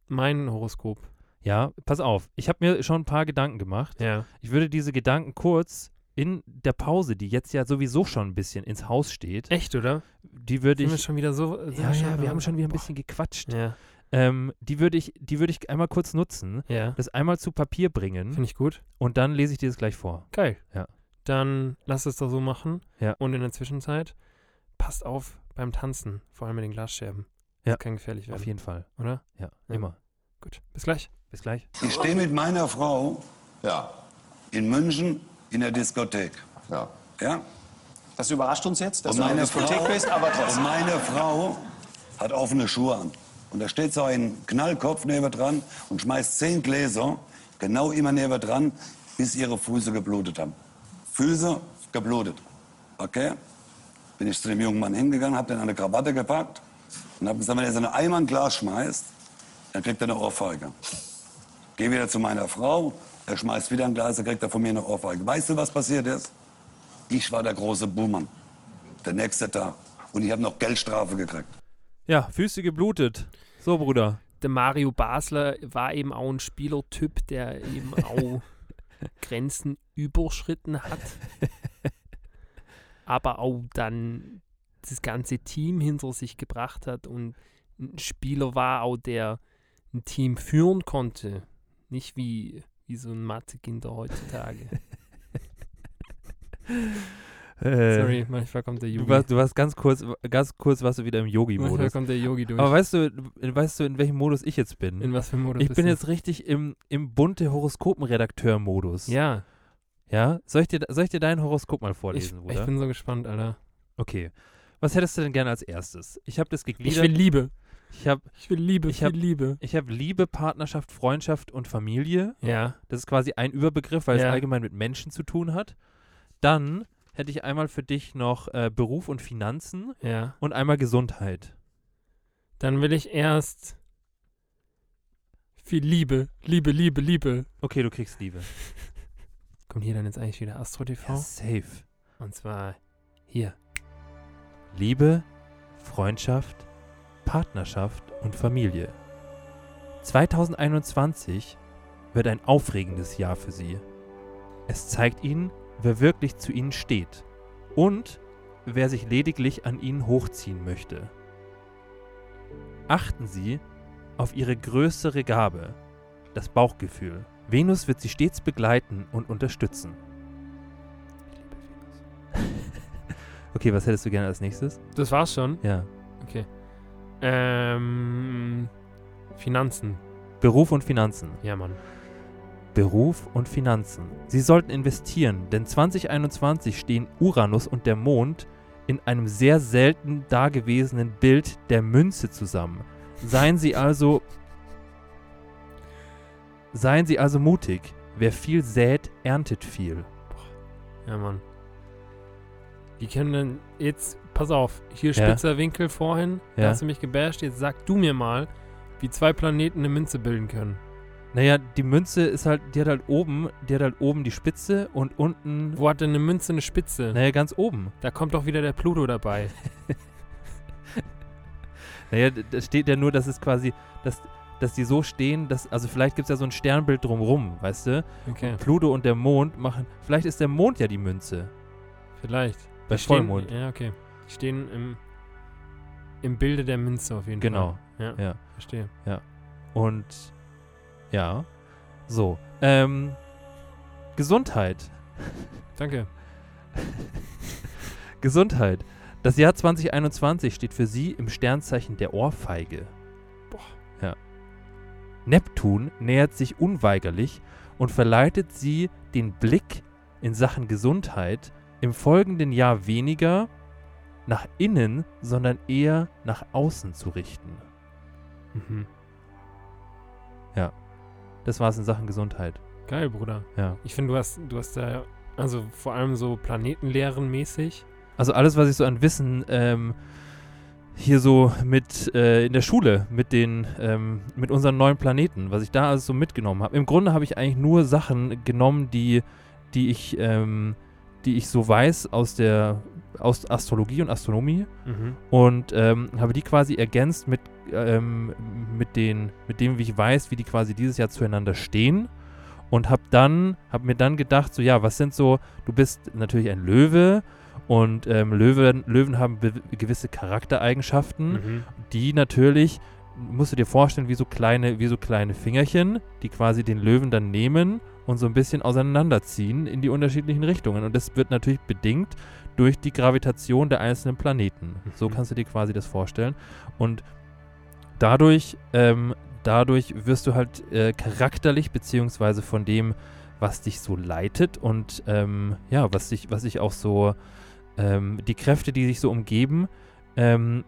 S3: Mein Horoskop.
S2: Ja, pass auf. Ich habe mir schon ein paar Gedanken gemacht.
S3: Ja.
S2: Ich würde diese Gedanken kurz in der Pause, die jetzt ja sowieso schon ein bisschen ins Haus steht,
S3: Echt, oder?
S2: die würde
S3: Sind wir
S2: ich.
S3: schon wieder so. sind
S2: Ja, ja,
S3: wieder-
S2: wir haben schon wieder ein
S3: Boah.
S2: bisschen gequatscht.
S3: Ja,
S2: Ähm, die würde ich, die würde ich einmal kurz nutzen,
S3: ja.
S2: das einmal zu Papier bringen
S3: Finde ich gut.
S2: und dann lese ich dir das gleich vor.
S3: Geil.
S2: Hm? Ja.
S3: Dann lass es doch so machen.
S2: Ja.
S3: Und in der Zwischenzeit passt auf beim Tanzen, vor allem mit den Glasscherben.
S2: Ja.
S3: Das kann gefährlich
S2: Auf
S3: werden,
S2: jeden Fall.
S3: oder?
S2: Ja,
S3: Ja.
S2: immer.
S3: Gut. Bis gleich.
S2: Bis gleich.
S4: Ich stehe mit meiner Frau
S5: Ja,
S4: in München in der Diskothek.
S5: ja.
S4: Ja?
S6: Das überrascht uns jetzt, dass
S4: Und
S6: du in
S4: meine,
S6: der Diskothek
S4: Frau,
S6: bist, aber
S4: und
S6: trotzdem.
S4: meine Frau hat offene Schuhe an. Und da steht so ein Knallkopf neben dran und schmeißt zehn Gläser genau immer neben dran, bis ihre Füße geblutet haben. Füße geblutet. Okay? Bin ich zu dem jungen Mann hingegangen, hab den an eine Krawatte gepackt und hab gesagt, wenn er seine Eimer ein Glas schmeißt, dann kriegt er eine Ohrfeige. Geh wieder zu meiner Frau, er schmeißt wieder ein Glas, dann kriegt er von mir eine Ohrfeige. Weißt du, was passiert ist? Ich war der große Buhmann. Der nächste Tag. Und ich habe noch Geldstrafe gekriegt.
S2: Ja, Füße geblutet. So, Bruder.
S3: Der Mario Basler war eben auch ein Spielertyp, der eben auch Grenzen überschritten hat. Aber auch dann das ganze Team hinter sich gebracht hat und ein Spieler war auch, der ein Team führen konnte. Nicht wie, wie so ein Mathe-Kinder heutzutage. Sorry, manchmal kommt der
S2: Äh, Du
S3: Yogi.
S2: warst, du warst ganz kurz, ganz kurz warst du wieder im
S3: Manchmal
S2: Yogi-Modus.
S3: kommt der Yogi durch.
S2: Aber weißt du, weißt du, in welchem Modus ich jetzt bin?
S3: In was für einem Modus
S2: ich
S3: bist
S2: bin
S3: du?
S2: jetzt richtig im, im bunte Horoskopenredakteur-Modus.
S3: Ja,
S2: ja? Soll, ich dir, soll ich dir dein Horoskop mal
S3: ich,
S2: vorlesen,
S3: ich
S2: Bruder?
S3: bin so gespannt, Alter.
S2: okay. Was hättest du denn gerne als erstes? Ich habe das
S3: Ich
S2: gegliedert.
S3: will Liebe.
S2: Ich habe
S3: Ich will Liebe.
S2: Ich hab-
S3: will Liebe.
S2: ich hab Liebe, Partnerschaft, Freundschaft und Familie.
S3: Ja.
S2: Das ist quasi ein Überbegriff, weil
S3: Ja.
S2: es allgemein mit Menschen zu tun hat. Dann hätte ich einmal für dich noch äh, Beruf und Finanzen
S3: Ja,
S2: und einmal Gesundheit.
S3: dann will ich erst viel Liebe, Liebe, Liebe, Liebe.
S2: Okay, du kriegst Liebe.
S3: Kommt hier dann jetzt eigentlich wieder Astro TV?
S2: Ja, safe.
S3: Und zwar hier.
S2: Liebe, Freundschaft, Partnerschaft und Familie. 2021 wird ein aufregendes Jahr für Sie. Es zeigt Ihnen, wer wirklich zu Ihnen steht und wer sich lediglich an Ihnen hochziehen möchte. Achten Sie auf Ihre größere Gabe, das Bauchgefühl. Venus wird Sie stets begleiten und unterstützen. Okay, was hättest du gerne als nächstes?
S3: Das war's schon.
S2: Ja.
S3: Ähm, Finanzen.
S2: Beruf und Finanzen.
S3: Ja, Mann.
S2: Beruf und Finanzen. Sie sollten investieren, denn 2021 stehen Uranus und der Mond in einem sehr selten dagewesenen Bild der Münze zusammen. Seien Sie also. Seien Sie also mutig. Wer viel sät, erntet viel.
S3: Ja, Mann. Die können dann jetzt, pass auf, hier
S2: Ja.
S3: spitzer Winkel vorhin,
S2: Ja.
S3: da hast du mich gebasht, jetzt sag du mir mal, wie zwei Planeten eine Münze bilden können.
S2: Naja, die Münze ist halt, die hat halt oben, die hat halt oben die Spitze und unten.
S3: Wo hat denn eine Münze eine Spitze?
S2: Naja, ganz oben.
S3: Da kommt doch wieder der Pluto dabei.
S2: Naja, d- da steht ja nur, dass es quasi, dass, dass die so stehen, dass, also vielleicht gibt es ja so ein Sternbild drumrum, weißt du?
S3: Okay,
S2: Pluto und der Mond machen, vielleicht ist der Mond ja die Münze.
S3: vielleicht.
S2: Bei
S3: Die stehen-
S2: Vollmond.
S3: Ja, okay. Die stehen im, im Bilde der Münze auf jeden
S2: Genau.
S3: Fall. Genau.
S2: ja.
S3: Verstehe.
S2: Und ja, so. Ähm, Gesundheit.
S3: Danke.
S2: Gesundheit. Das Jahr 2021 steht für Sie im Sternzeichen der Ohrfeige. Boah. Ja. Neptun nähert sich unweigerlich und verleitet Sie den Blick in Sachen Gesundheit im folgenden Jahr weniger nach innen, sondern eher nach außen zu richten.
S3: Mhm.
S2: Das war es in Sachen Gesundheit.
S3: Geil, Bruder.
S2: Ja.
S3: Ich finde, du hast, du hast da, also vor allem so planetenlehrenmäßig.
S2: Also alles, was ich so an Wissen ähm, hier so mit äh, in der Schule, mit den, ähm, mit unseren neuen Planeten, was ich da alles so mitgenommen habe. Im Grunde habe ich eigentlich nur Sachen genommen, die, die ich, ähm, die ich so weiß aus der aus Astrologie und Astronomie
S3: Mhm.
S2: und ähm, habe die quasi ergänzt mit, ähm, mit, den, mit dem, wie ich weiß, wie die quasi dieses Jahr zueinander stehen. Und habe dann, habe mir dann gedacht, so ja, was sind so, du bist natürlich ein Löwe und ähm, Löwen, Löwen haben be- gewisse Charaktereigenschaften,
S3: Mhm.
S2: die natürlich, musst du dir vorstellen, wie so kleine, wie so kleine Fingerchen, die quasi den Löwen dann nehmen und so ein bisschen auseinanderziehen in die unterschiedlichen Richtungen. Und das wird natürlich bedingt durch die Gravitation der einzelnen Planeten. So
S3: Mhm.
S2: kannst du dir quasi das vorstellen. Und dadurch, ähm, dadurch wirst du halt äh, charakterlich, beziehungsweise von dem, was dich so leitet und ähm, ja, was dich, was dich auch so, ähm, die Kräfte, die dich so umgeben, ähm,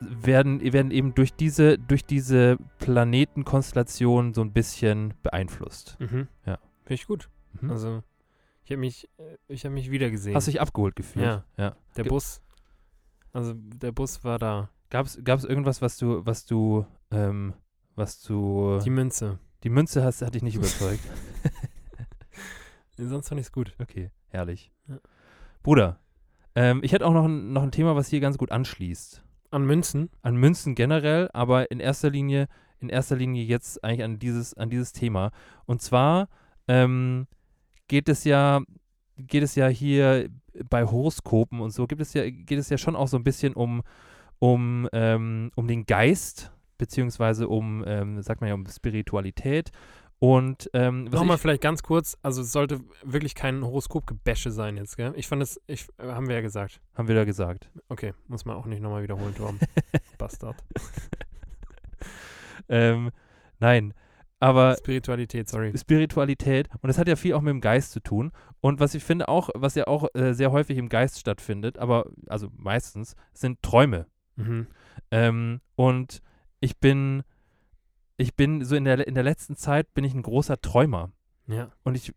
S2: werden, werden eben durch diese, durch diese Planetenkonstellation so ein bisschen beeinflusst.
S3: Mhm.
S2: Ja.
S3: Finde ich gut.
S2: Mhm.
S3: Also, ich habe mich, äh, ich habe mich wiedergesehen.
S2: Hast du dich abgeholt gefühlt?
S3: Ja.
S2: ja.
S3: der
S2: ge-
S3: Bus, also der Bus war da.
S2: Gab's, gab's irgendwas, was du, was du, ähm, was du,
S3: Die Münze.
S2: die Münze hast, hat dich nicht überzeugt?
S3: Sonst fand ich es gut.
S2: Okay, herrlich.
S3: Ja.
S2: Bruder, ähm, ich hätte auch noch ein, noch ein Thema, was hier ganz gut anschließt.
S3: An Münzen.
S2: An Münzen generell, aber in erster Linie, in erster Linie jetzt eigentlich an dieses, an dieses Thema. Und zwar ähm, geht es ja, geht es ja hier bei Horoskopen und so, gibt es ja, geht es ja schon auch so ein bisschen um, um, ähm, um den Geist, beziehungsweise um, ähm, sagt man ja, um Spiritualität. Und ähm, was
S3: Nochmal
S2: ich-
S3: vielleicht ganz kurz, also es sollte wirklich kein Horoskopgebäsche sein jetzt, gell? Ich fand es, ich, äh, haben wir ja gesagt.
S2: haben wir da gesagt.
S3: Okay, muss man auch nicht nochmal wiederholen, Torben. Bastard.
S2: Ähm, nein, aber
S3: Spiritualität, sorry.
S2: Spiritualität und das hat ja viel auch mit dem Geist zu tun. Und was ich finde auch, was ja auch äh, sehr häufig im Geist stattfindet, aber also meistens, sind Träume.
S3: Mhm.
S2: Ähm, und ich bin, ich bin so in der, in der letzten Zeit bin ich ein großer Träumer.
S3: Ja.
S2: Und ich,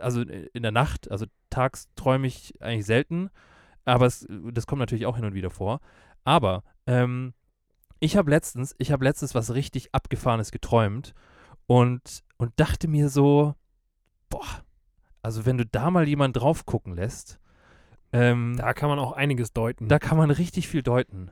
S2: also in der Nacht, also tags träume ich eigentlich selten, aber es, das kommt natürlich auch hin und wieder vor. Aber ähm, ich habe letztens, ich habe letztens was richtig Abgefahrenes geträumt und, und dachte mir so, boah, also wenn du da mal jemand drauf gucken lässt, ähm,
S3: Da kann man auch einiges deuten.
S2: da kann man richtig viel deuten.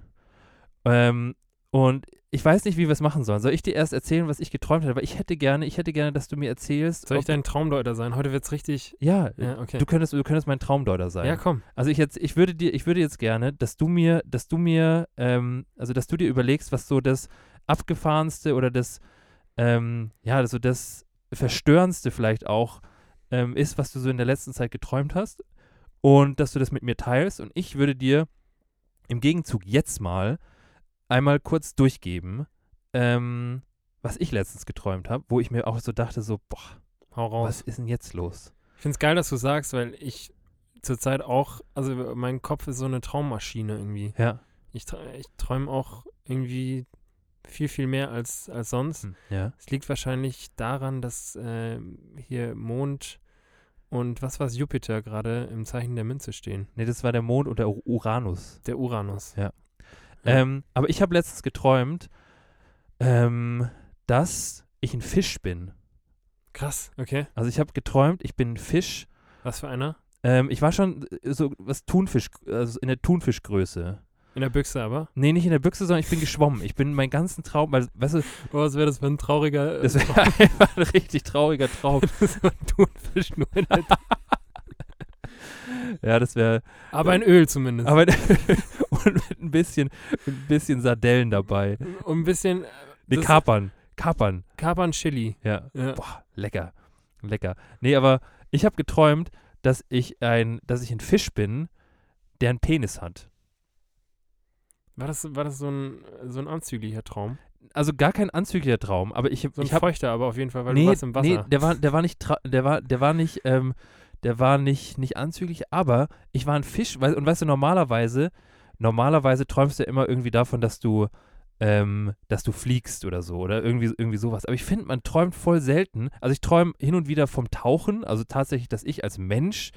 S2: Ähm, und ich weiß nicht, wie wir es machen sollen. Soll ich dir erst erzählen, was ich geträumt habe? Weil ich hätte gerne, ich hätte gerne, dass du mir erzählst.
S3: Soll ich
S2: ob-
S3: dein Traumdeuter sein? Heute wird's richtig.
S2: ja,
S3: Ja, okay.
S2: Äh, Du könntest, du könntest mein Traumdeuter sein.
S3: ja, komm.
S2: Also ich jetzt, ich würde dir, ich würde jetzt gerne, dass du mir, dass du mir, ähm, also dass du dir überlegst, was so das abgefahrenste oder das, ähm, ja, so das verstörendste vielleicht auch ähm, ist, was du so in der letzten Zeit geträumt hast und dass du das mit mir teilst und ich würde dir im Gegenzug jetzt mal einmal kurz durchgeben, ähm, was ich letztens geträumt habe, wo ich mir auch so dachte, so, boah,
S3: Hau raus.
S2: was ist denn jetzt los?
S3: Ich finde es geil, dass du sagst, weil ich zurzeit auch, also mein Kopf ist so eine Traummaschine irgendwie.
S2: Ja.
S3: Ich, tra- ich träume auch irgendwie viel, viel mehr als, als sonst.
S2: Hm, Ja.
S3: Es liegt wahrscheinlich daran, dass äh, hier Mond und was war Jupiter gerade im Zeichen der Münze stehen.
S2: Nee, das war der Mond und der U- Uranus.
S3: Der Uranus. Ja.
S2: Ähm, aber ich habe letztens geträumt, ähm, dass ich ein Fisch bin.
S3: Krass, okay.
S2: Also ich habe geträumt, ich bin ein Fisch.
S3: Was für einer?
S2: Ähm, ich war schon äh, so was Thunfisch, also in der Thunfischgröße.
S3: In der Büchse aber.
S2: Nee, nicht in der Büchse, sondern ich bin geschwommen. Ich bin meinen ganzen Traum, weil, weißt du,
S3: Oh, was wäre das für ein trauriger äh,
S2: das wäre einfach ein richtig trauriger Traum.
S3: Thunfisch nur in der
S2: Ja, das wäre
S3: Aber in Öl zumindest.
S2: Aber und mit ein bisschen, ein bisschen Sardellen dabei.
S3: Und ein bisschen äh,
S2: Nee,
S3: Das-
S2: Kapern. Kapern.
S3: Carbon Chili.
S2: Ja.
S3: Ja.
S2: Boah, lecker. Lecker. Nee, aber ich habe geträumt, dass ich ein, dass ich ein Fisch bin, der einen Penis hat.
S3: War das, war das so, ein, so ein anzüglicher Traum?
S2: Also gar kein anzüglicher Traum, aber ich,
S3: So ein
S2: ich habe
S3: feuchter, aber auf jeden Fall, weil
S2: nee,
S3: du warst im Wasser.
S2: nee, der war, der war nicht, tra- der war, der war nicht, ähm, der war nicht, nicht anzüglich, aber ich war ein Fisch, weil, und weißt du, normalerweise, normalerweise träumst du ja immer irgendwie davon, dass du, ähm, dass du fliegst oder so, oder irgendwie, irgendwie sowas. Aber ich finde, man träumt voll selten. Also ich träume hin und wieder vom Tauchen, also tatsächlich, dass ich als Mensch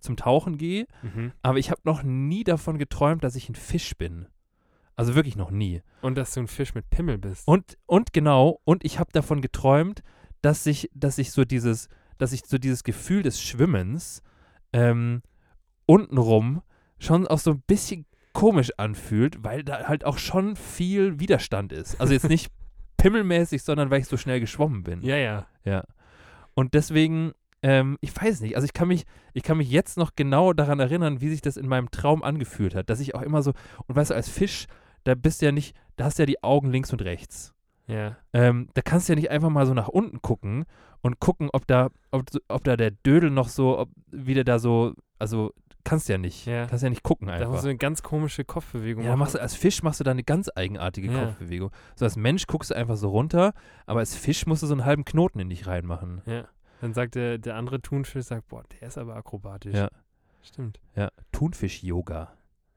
S2: zum Tauchen gehe,
S3: Mhm.
S2: aber ich habe noch nie davon geträumt, dass ich ein Fisch bin. Also wirklich noch nie.
S3: Und dass du ein Fisch mit Pimmel bist.
S2: Und, und genau, und ich habe davon geträumt, dass ich, dass ich so dieses, dass ich so dieses Gefühl des Schwimmens ähm, untenrum schon auch so ein bisschen komisch anfühlt, weil da halt auch schon viel Widerstand ist. Also jetzt nicht pimmelmäßig, sondern weil ich so schnell geschwommen bin.
S3: ja, ja.
S2: Ja. Und deswegen, ähm, ich weiß nicht, also ich kann mich, ich kann mich jetzt noch genau daran erinnern, wie sich das in meinem Traum angefühlt hat, dass ich auch immer so, und weißt du, als Fisch, da bist du ja nicht, da hast du ja die Augen links und rechts.
S3: Ja.
S2: Ähm, da kannst du ja nicht einfach mal so nach unten gucken und gucken, ob da, ob, so- ob da der Dödel noch so, ob wieder da so, also kannst du ja nicht,
S3: Ja.
S2: kannst ja nicht gucken
S3: Da
S2: einfach.
S3: musst du eine ganz komische Kopfbewegung
S2: Ja, machst du, als Fisch machst du da eine ganz eigenartige
S3: Ja.
S2: Kopfbewegung. So als Mensch guckst du einfach so runter, aber als Fisch musst du so einen halben Knoten in dich reinmachen.
S3: Ja. Dann sagt der, der andere Thunfisch, sagt, boah, der ist aber akrobatisch.
S2: Ja.
S3: Stimmt.
S2: Ja, Thunfisch-Yoga.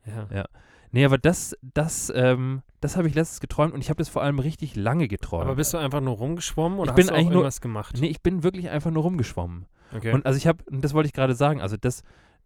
S3: Ja.
S2: Ja. Nee, aber das, das, ähm, das habe ich letztens geträumt und ich habe das vor allem richtig lange geträumt.
S3: Aber bist du einfach nur rumgeschwommen oder
S2: Ich
S3: hast
S2: bin
S3: du auch
S2: eigentlich nur-
S3: irgendwas gemacht?
S2: Nee, ich bin wirklich einfach nur rumgeschwommen.
S3: Okay.
S2: Und also ich habe, und das wollte ich gerade sagen, also das,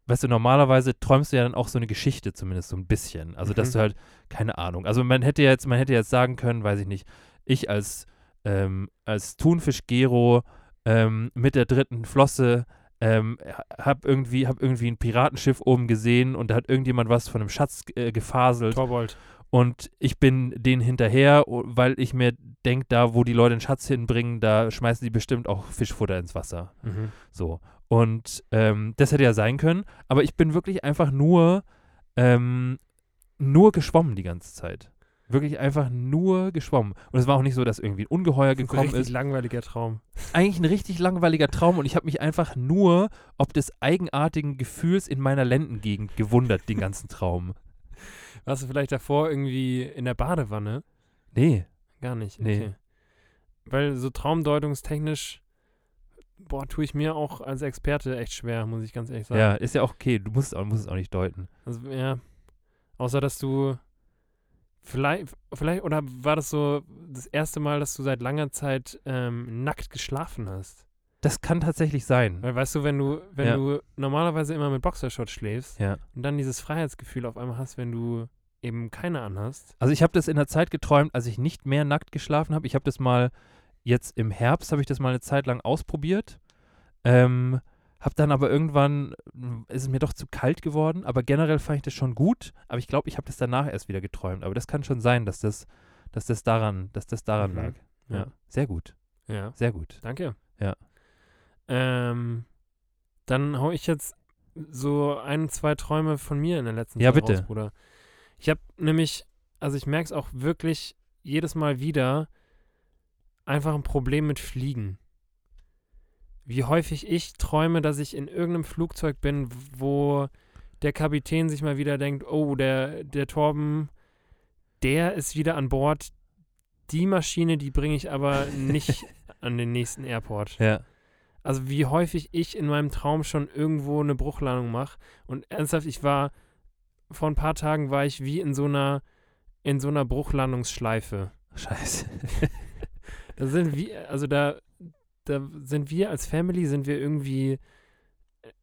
S2: weißt du, normalerweise träumst du ja dann auch so eine Geschichte zumindest so ein bisschen. Also dass
S3: Mhm.
S2: du halt, keine Ahnung, also man hätte jetzt, man hätte jetzt sagen können, weiß ich nicht, ich als, ähm, als Thunfisch Gero ähm, mit der dritten Flosse ähm, ha- hab irgendwie, hab irgendwie ein Piratenschiff oben gesehen und da hat irgendjemand was von einem Schatz äh, gefaselt
S3: Torbold.
S2: und ich bin denen hinterher, o- weil ich mir denke, da wo die Leute den Schatz hinbringen, da schmeißen die bestimmt auch Fischfutter ins Wasser.
S3: Mhm.
S2: So. Und ähm, das hätte ja sein können, aber ich bin wirklich einfach nur, ähm, nur geschwommen die ganze Zeit. Wirklich einfach nur geschwommen. Und es war auch nicht so, dass irgendwie ein Ungeheuer
S3: Gekommen
S2: gekommen
S3: richtig ist.
S2: ist.
S3: langweiliger Traum.
S2: Eigentlich ein richtig langweiliger Traum und ich habe mich einfach nur ob des eigenartigen Gefühls in meiner Lendengegend gewundert, den ganzen Traum.
S3: Warst du vielleicht davor irgendwie in der Badewanne?
S2: Nee.
S3: Gar nicht.
S2: Nee.
S3: Okay. Weil so traumdeutungstechnisch, boah, tue ich mir auch als Experte echt schwer, muss ich ganz ehrlich sagen.
S2: Ja, ist ja auch okay. Du musst, es auch- musst es auch nicht deuten.
S3: Also, ja. Außer, dass du vielleicht, vielleicht, oder war das so das erste Mal, dass du seit langer Zeit ähm, nackt geschlafen hast?
S2: Das kann tatsächlich sein.
S3: Weil, weißt du, wenn du, wenn
S2: Ja.
S3: du normalerweise immer mit Boxershorts schläfst
S2: Ja.
S3: und dann dieses Freiheitsgefühl auf einmal hast, wenn du eben keine anhast.
S2: Also ich habe das in der Zeit geträumt, als ich nicht mehr nackt geschlafen habe. Ich habe das mal jetzt im Herbst, habe ich das mal eine Zeit lang ausprobiert. Ähm, habe dann aber irgendwann, mm, ist es mir doch zu kalt geworden. Aber generell fand ich das schon gut. Aber ich glaube, ich habe das danach erst wieder geträumt. Aber das kann schon sein, dass das, dass das daran, dass das daran
S3: Mhm.
S2: lag. Ja.
S3: Ja.
S2: sehr gut,
S3: Ja.
S2: sehr gut.
S3: Danke.
S2: Ja.
S3: Ähm, dann hau ich jetzt so ein, zwei Träume von mir in der letzten
S2: Ja,
S3: Zeit
S2: bitte.
S3: raus, Bruder. Ich habe nämlich, also ich merke es auch wirklich jedes Mal wieder, einfach ein Problem mit Fliegen. Wie häufig ich träume, dass ich in irgendeinem Flugzeug bin, wo der Kapitän sich mal wieder denkt, oh, der, der Torben, der ist wieder an Bord. Die Maschine, die bringe ich aber nicht an den nächsten Airport.
S2: Ja,
S3: also wie häufig ich in meinem Traum schon irgendwo eine Bruchlandung mache. Und ernsthaft, ich war, vor ein paar Tagen war ich wie in so einer, in so einer Bruchlandungsschleife.
S2: Scheiße.
S3: Da sind wir, also da, da sind wir als Family, sind wir irgendwie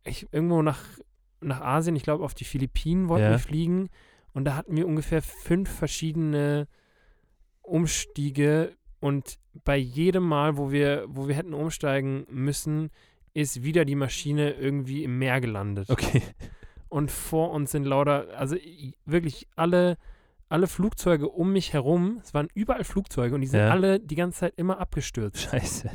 S3: ich, irgendwo nach, nach Asien, ich glaube auf die Philippinen wollten
S2: Ja.
S3: wir fliegen. Und da hatten wir ungefähr fünf verschiedene Umstiege. Und bei jedem Mal, wo wir, wo wir hätten umsteigen müssen, ist wieder die Maschine irgendwie im Meer gelandet
S2: Okay.
S3: und vor uns sind lauter, also i- wirklich alle, alle Flugzeuge um mich herum, es waren überall Flugzeuge und die sind
S2: Ja.
S3: alle die ganze Zeit immer abgestürzt.
S2: Scheiße.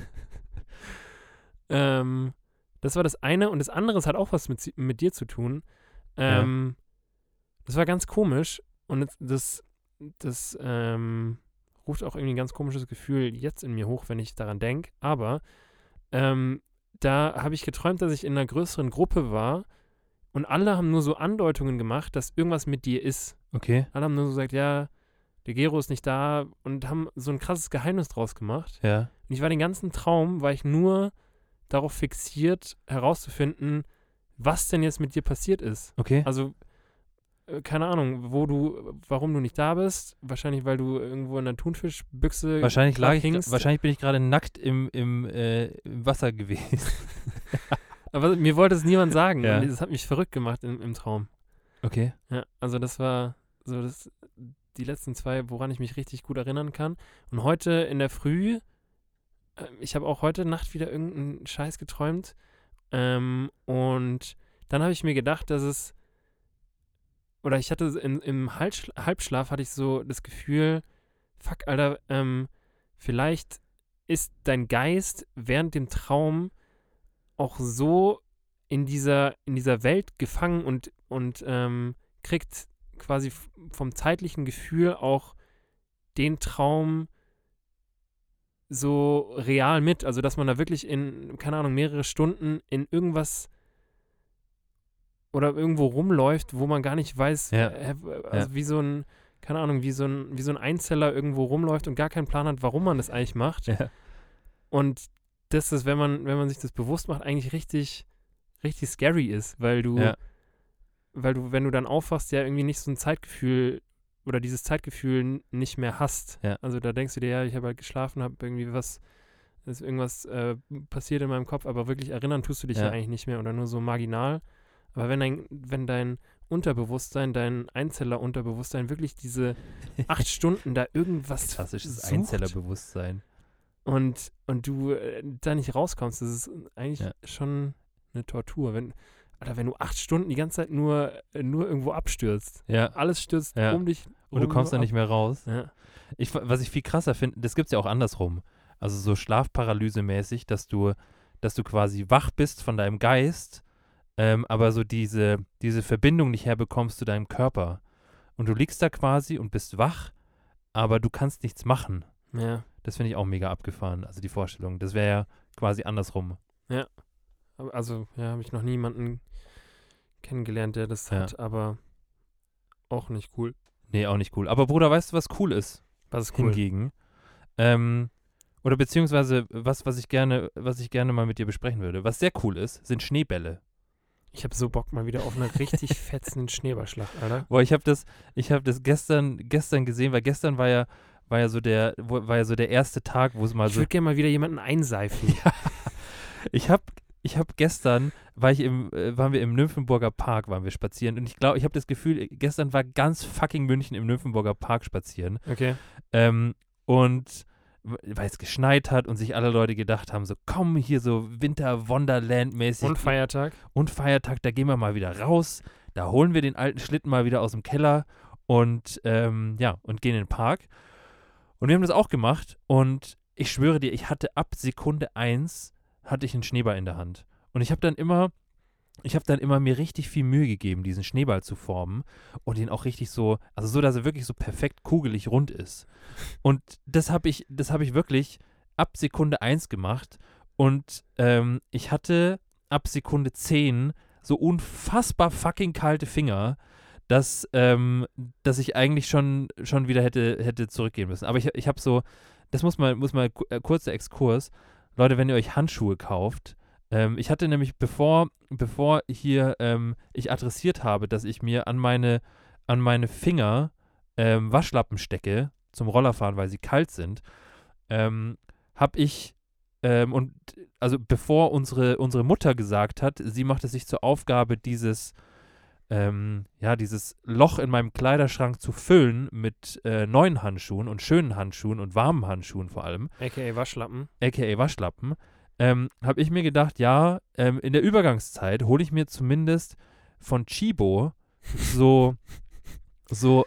S3: Ähm, das war das eine und das andere es hat auch was mit, si- mit dir zu tun.
S2: Ja.
S3: Ähm, Das war ganz komisch und jetzt- das, das ähm, ruft auch irgendwie ein ganz komisches Gefühl jetzt in mir hoch, wenn ich daran denke. Aber ähm, da habe ich geträumt, dass ich in einer größeren Gruppe war und alle haben nur so Andeutungen gemacht, dass irgendwas mit dir ist.
S2: Okay.
S3: Alle haben nur so gesagt, ja, der Gero ist nicht da und haben so ein krasses Geheimnis draus gemacht.
S2: Ja.
S3: Und ich war den ganzen Traum, war ich nur darauf fixiert, herauszufinden, was denn jetzt mit dir passiert ist.
S2: Okay.
S3: Also, äh, keine Ahnung, wo du, warum du nicht da bist. Wahrscheinlich, weil du irgendwo in der Thunfischbüchse.
S2: Wahrscheinlich lag ich,
S3: hingst.
S2: wahrscheinlich bin ich gerade nackt im, im, äh, im Wasser gewesen.
S3: Aber mir wollte es niemand sagen.
S2: Ja.
S3: Und das hat mich verrückt gemacht im, im Traum.
S2: Okay.
S3: Ja, also das war so das, die letzten zwei, woran ich mich richtig gut erinnern kann. Und heute in der Früh, äh, ich habe auch heute Nacht wieder irgendeinen Scheiß geträumt. Ähm, und dann habe ich mir gedacht, dass es, oder ich hatte in, im Halbschla Halbschlaf hatte ich so das Gefühl, fuck, Alter, ähm, vielleicht ist dein Geist während dem Traum auch so in dieser, in dieser Welt gefangen und, und ähm, kriegt quasi f- vom zeitlichen Gefühl auch den Traum so real mit. Also, dass man da wirklich in, keine Ahnung, mehrere Stunden in irgendwas oder irgendwo rumläuft, wo man gar nicht weiß,
S2: Ja.
S3: äh, also wie so ein, keine Ahnung, wie so ein, wie so ein Einzeller irgendwo rumläuft und gar keinen Plan hat, warum man das eigentlich macht.
S2: Ja.
S3: Und das ist, wenn man, wenn man sich das bewusst macht, eigentlich richtig, richtig scary ist, weil du,
S2: Ja.
S3: weil du, wenn du dann aufwachst, ja irgendwie nicht so ein Zeitgefühl oder dieses Zeitgefühl n- nicht mehr hast.
S2: Ja.
S3: Also da denkst du dir, ja, ich habe halt geschlafen, habe irgendwie was, ist irgendwas äh, passiert in meinem Kopf, aber wirklich erinnern tust du dich ja,
S2: Ja.
S3: eigentlich nicht mehr oder nur so marginal. Aber wenn dein, wenn dein Unterbewusstsein, dein Einzeller-Unterbewusstsein wirklich diese acht Stunden da irgendwas
S2: Klassisches
S3: sucht,
S2: Einzellerbewusstsein.
S3: und, und du äh, da nicht rauskommst, das ist eigentlich
S2: Ja.
S3: schon eine Tortur. Wenn, Alter, wenn du acht Stunden die ganze Zeit nur, äh, nur irgendwo abstürzt,
S2: Ja.
S3: alles stürzt
S2: Ja.
S3: um dich.
S2: Und du kommst dann nicht mehr raus.
S3: Ja.
S2: Ich, fa- was ich viel krasser finde, das gibt es ja auch andersrum. Also so Schlafparalyse-mäßig, dass du, dass du quasi wach bist von deinem Geist, ähm, aber so diese, diese Verbindung nicht herbekommst zu deinem Körper. Und du liegst da quasi und bist wach, aber du kannst nichts machen.
S3: Ja,
S2: Das finde ich auch mega abgefahren, also die Vorstellung. Das wäre ja quasi andersrum.
S3: aber- also ja, habe ich noch niemanden kennengelernt, der das
S2: Ja.
S3: hat, aber auch nicht cool.
S2: Nee, auch nicht cool. Aber Bruder, weißt du, was cool ist?
S3: Was ist cool.
S2: Hingegen. Ähm, oder beziehungsweise was, was ich gerne, was ich gerne mal mit dir besprechen würde. Was sehr cool ist, sind Schneebälle.
S3: Ich habe so Bock mal wieder auf eine richtig fetzenden Schneeballschlacht, Alter.
S2: Boah, ich habe das, ich habe das gestern, gestern gesehen, weil gestern war ja, war ja so der, wo- war ja so der erste Tag, wo es mal
S3: ich
S2: so.
S3: würde gerne mal wieder jemanden einseifen.
S2: Ich habe, ich habe gestern, war ich im, äh, waren wir im Nymphenburger Park, waren wir spazieren und ich glaube, ich habe das Gefühl, gestern war ganz fucking München im Nymphenburger Park spazieren
S3: Okay.
S2: ähm, und w- weil es geschneit hat und sich alle Leute gedacht haben, so komm hier so Winter Wonderland mäßig
S3: Und Feiertag.
S2: und Feiertag, da gehen wir mal wieder raus, da holen wir den alten Schlitten mal wieder aus dem Keller und ähm, ja, und gehen in den Park. Und wir haben das auch gemacht und ich schwöre dir, ich hatte ab Sekunde eins hatte ich einen Schneeball in der Hand. Und ich habe dann immer, ich habe dann immer mir richtig viel Mühe gegeben, diesen Schneeball zu formen und den auch richtig so, also so, dass er wirklich so perfekt kugelig rund ist. Und das habe ich, das habe ich wirklich ab Sekunde eins gemacht und ähm, ich hatte ab Sekunde 10 so unfassbar fucking kalte Finger, dass, ähm, dass ich eigentlich schon, schon wieder hätte, hätte zurückgehen müssen. Aber ich, ich habe so, das muss mal, muss mal ku- äh, kurzer Exkurs. Leute, wenn ihr euch Handschuhe kauft, Ähm, ich hatte nämlich, bevor, bevor hier ähm, ich adressiert habe, dass ich mir an meine, an meine Finger ähm, Waschlappen stecke zum Rollerfahren, weil sie kalt sind, ähm, habe ich, ähm, und also bevor unsere, unsere Mutter gesagt hat, sie macht es sich zur Aufgabe, dieses, ähm, ja, dieses Loch in meinem Kleiderschrank zu füllen mit äh, neuen Handschuhen und schönen Handschuhen und warmen Handschuhen vor allem
S3: A.k.a. Waschlappen.
S2: aka Waschlappen, ähm, habe ich mir gedacht, ja, ähm, in der Übergangszeit hole ich mir zumindest von Chibo so, so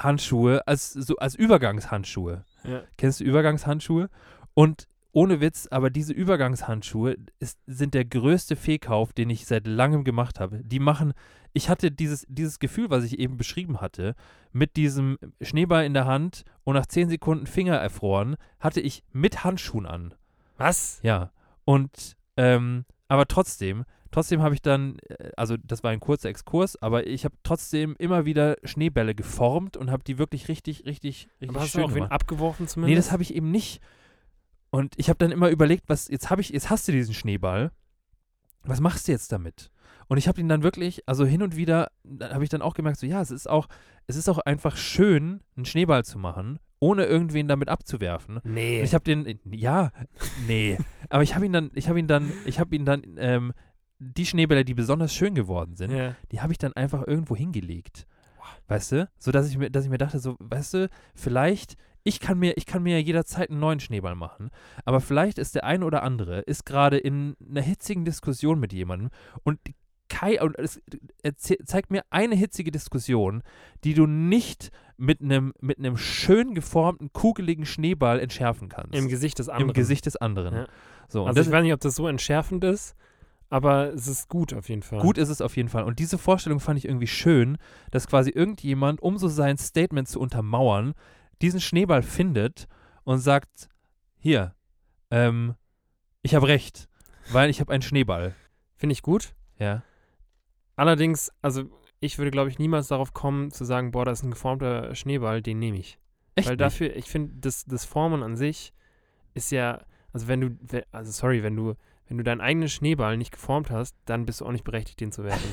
S2: Handschuhe, als, so, als Übergangshandschuhe.
S3: Ja.
S2: Kennst du Übergangshandschuhe? Und ohne Witz, aber diese Übergangshandschuhe ist, sind der größte Fehlkauf, den ich seit langem gemacht habe. Die machen, ich hatte dieses, dieses Gefühl, was ich eben beschrieben hatte, mit diesem Schneeball in der Hand und nach 10 Sekunden Finger erfroren, hatte ich mit Handschuhen an.
S3: Was?
S2: Ja, und ähm, aber trotzdem, trotzdem habe ich dann, äh, also das war ein kurzer Exkurs, aber ich habe trotzdem immer wieder Schneebälle geformt und habe die wirklich richtig, richtig, richtig
S3: Aber hast
S2: schön
S3: du auch wen
S2: gemacht.
S3: abgeworfen
S2: Nee,
S3: zumindest?
S2: das habe ich eben nicht. Und ich habe dann immer überlegt, was jetzt habe ich, jetzt hast du diesen Schneeball. Was machst du jetzt damit? Und ich habe ihn dann wirklich, also hin und wieder habe ich dann auch gemerkt, so ja, es ist auch, es ist auch einfach schön, einen Schneeball zu machen, ohne irgendwen damit abzuwerfen.
S3: nee.
S2: Und Ich habe den, ja, nee, aber ich habe ihn dann, ich habe ihn dann, ich habe ihn dann, ähm, die Schneebälle, die besonders schön geworden sind,
S3: ja.
S2: die habe ich dann einfach irgendwo hingelegt, weißt du, so dass ich mir, dass ich mir dachte, so, weißt du, vielleicht, ich kann mir, ich kann mir ja jederzeit einen neuen Schneeball machen, aber vielleicht ist der ein oder andere ist gerade in einer hitzigen Diskussion mit jemandem und Kai, und es, erzähl, zeig mir eine hitzige Diskussion, die du nicht mit einem mit einem schön geformten kugeligen Schneeball entschärfen kannst
S3: Im Gesicht des anderen.
S2: im Gesicht des anderen.
S3: Ja.
S2: So, und
S3: Also
S2: das
S3: ich weiß nicht, ob das so entschärfend ist, aber es ist gut auf jeden Fall.
S2: gut ist es auf jeden Fall. Und diese Vorstellung fand ich irgendwie schön, dass quasi irgendjemand, um so sein Statement zu untermauern, diesen Schneeball findet und sagt, hier, ähm, ich habe recht, weil ich habe einen Schneeball.
S3: Finde ich gut.
S2: Ja.
S3: Allerdings, also ich würde, glaube ich, niemals darauf kommen zu sagen, boah, da ist ein geformter Schneeball, den nehme ich.
S2: Echt
S3: Weil
S2: nicht?
S3: dafür, ich finde, das, das Formen an sich ist ja, also wenn du, we- also sorry, wenn du, wenn du deinen eigenen Schneeball nicht geformt hast, dann bist du auch nicht berechtigt, den zu werfen.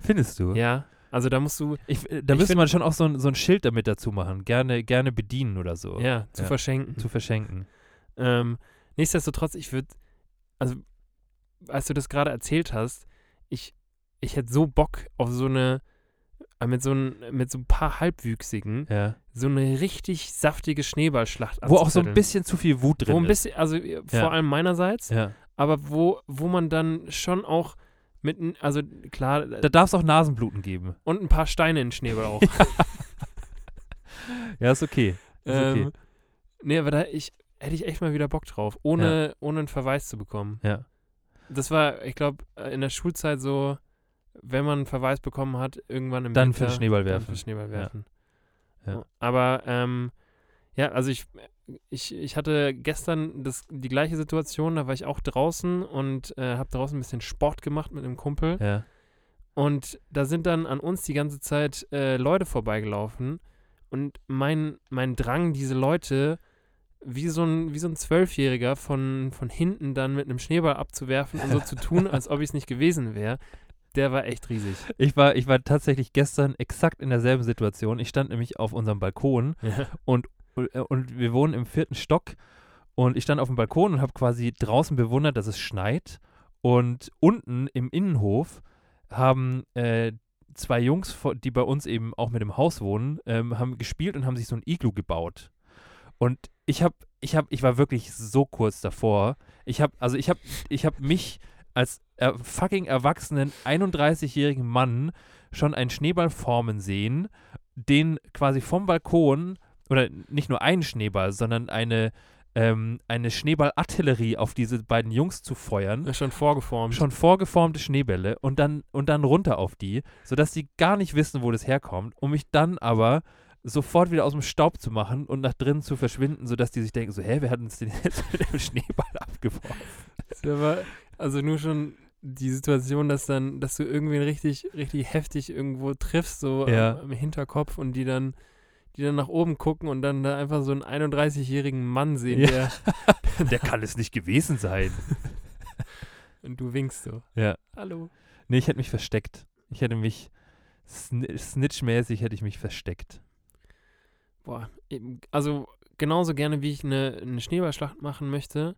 S2: Findest du?
S3: ja. Also da musst du,
S2: Ich, äh, da
S3: Ich
S2: müsste
S3: find-
S2: man schon auch so ein, so ein Schild damit dazu machen. Gerne, gerne bedienen oder so.
S3: ja, zu
S2: Ja.
S3: verschenken.
S2: Zu verschenken.
S3: Ähm, nichtsdestotrotz, ich würde, also als du das gerade erzählt hast, ich, ich hätte so Bock auf so eine, äh, mit so, ein, mit so ein paar Halbwüchsigen,
S2: Ja.
S3: so eine richtig saftige Schneeballschlacht
S2: Wo auch so ein
S3: anzetteln.
S2: bisschen zu viel Wut drin
S3: wo ein
S2: ist.
S3: bisschen, also äh, vor allem meinerseits,
S2: Ja.
S3: aber wo, wo man dann schon auch mit, n- also klar,
S2: Da darf es auch Nasenbluten geben.
S3: und ein paar Steine in den Schneeball auch.
S2: Ja, ist okay. Ist okay.
S3: ähm, nee, aber da ich, hätte ich echt mal wieder Bock drauf, ohne, ohne einen Verweis zu bekommen.
S2: Ja.
S3: Das war, ich glaube, in der Schulzeit so, wenn man einen Verweis bekommen hat, irgendwann im
S2: Dann
S3: Winter,
S2: für den Schneeball
S3: dann
S2: werfen.
S3: für den Schneeball
S2: Ja.
S3: werfen.
S2: Ja.
S3: Aber ähm, ja, also ich, ich, ich hatte gestern das, die gleiche Situation, da war ich auch draußen und äh, habe draußen ein bisschen Sport gemacht mit einem Kumpel.
S2: Ja.
S3: Und da sind dann an uns die ganze Zeit äh, Leute vorbeigelaufen. Und mein, mein Drang, diese Leute wie so ein, wie so ein Zwölfjähriger von, von hinten dann mit einem Schneeball abzuwerfen und so zu tun, als ob ich es nicht gewesen wäre, der war echt riesig.
S2: Ich war, ich war tatsächlich gestern exakt in derselben Situation. Ich stand nämlich auf unserem Balkon äh, und wir wohnen im vierten Stock und ich stand auf dem Balkon und habe quasi draußen bewundert, dass es schneit und unten im Innenhof haben äh, zwei Jungs, vo- die bei uns eben auch mit dem Haus wohnen, ähm, haben gespielt und haben sich so ein Iglu gebaut. Und ich habe, ich habe, ich war wirklich so kurz davor. Ich habe, also ich habe, ich habe mich als äh, fucking erwachsenen 31-jährigen Mann schon einen Schneeball formen sehen, den quasi vom Balkon oder nicht nur einen Schneeball, sondern eine ähm, eine Schneeballartillerie auf diese beiden Jungs zu feuern
S3: Schon vorgeformt.
S2: schon vorgeformte Schneebälle und dann und dann runter auf die, sodass die gar nicht wissen, wo das herkommt, um mich dann aber sofort wieder aus dem Staub zu machen und nach drinnen zu verschwinden, sodass die sich denken, so, hä, wir hatten uns den jetzt mit dem Schneeball abgeworfen.
S3: Der war, also nur schon die Situation, dass dann, dass du irgendwen richtig, richtig heftig irgendwo triffst, so
S2: Ja.
S3: am, am Hinterkopf und die dann, die dann nach oben gucken und dann da einfach so einen 31-jährigen Mann sehen,
S2: Ja.
S3: der
S2: Der kann es nicht gewesen sein.
S3: und du winkst so.
S2: Ja.
S3: Hallo.
S2: Nee, ich hätte mich versteckt. Ich hätte mich sn snitchmäßig hätte ich mich versteckt.
S3: Boah, eben- also genauso gerne wie ich eine, eine Schneeballschlacht machen möchte,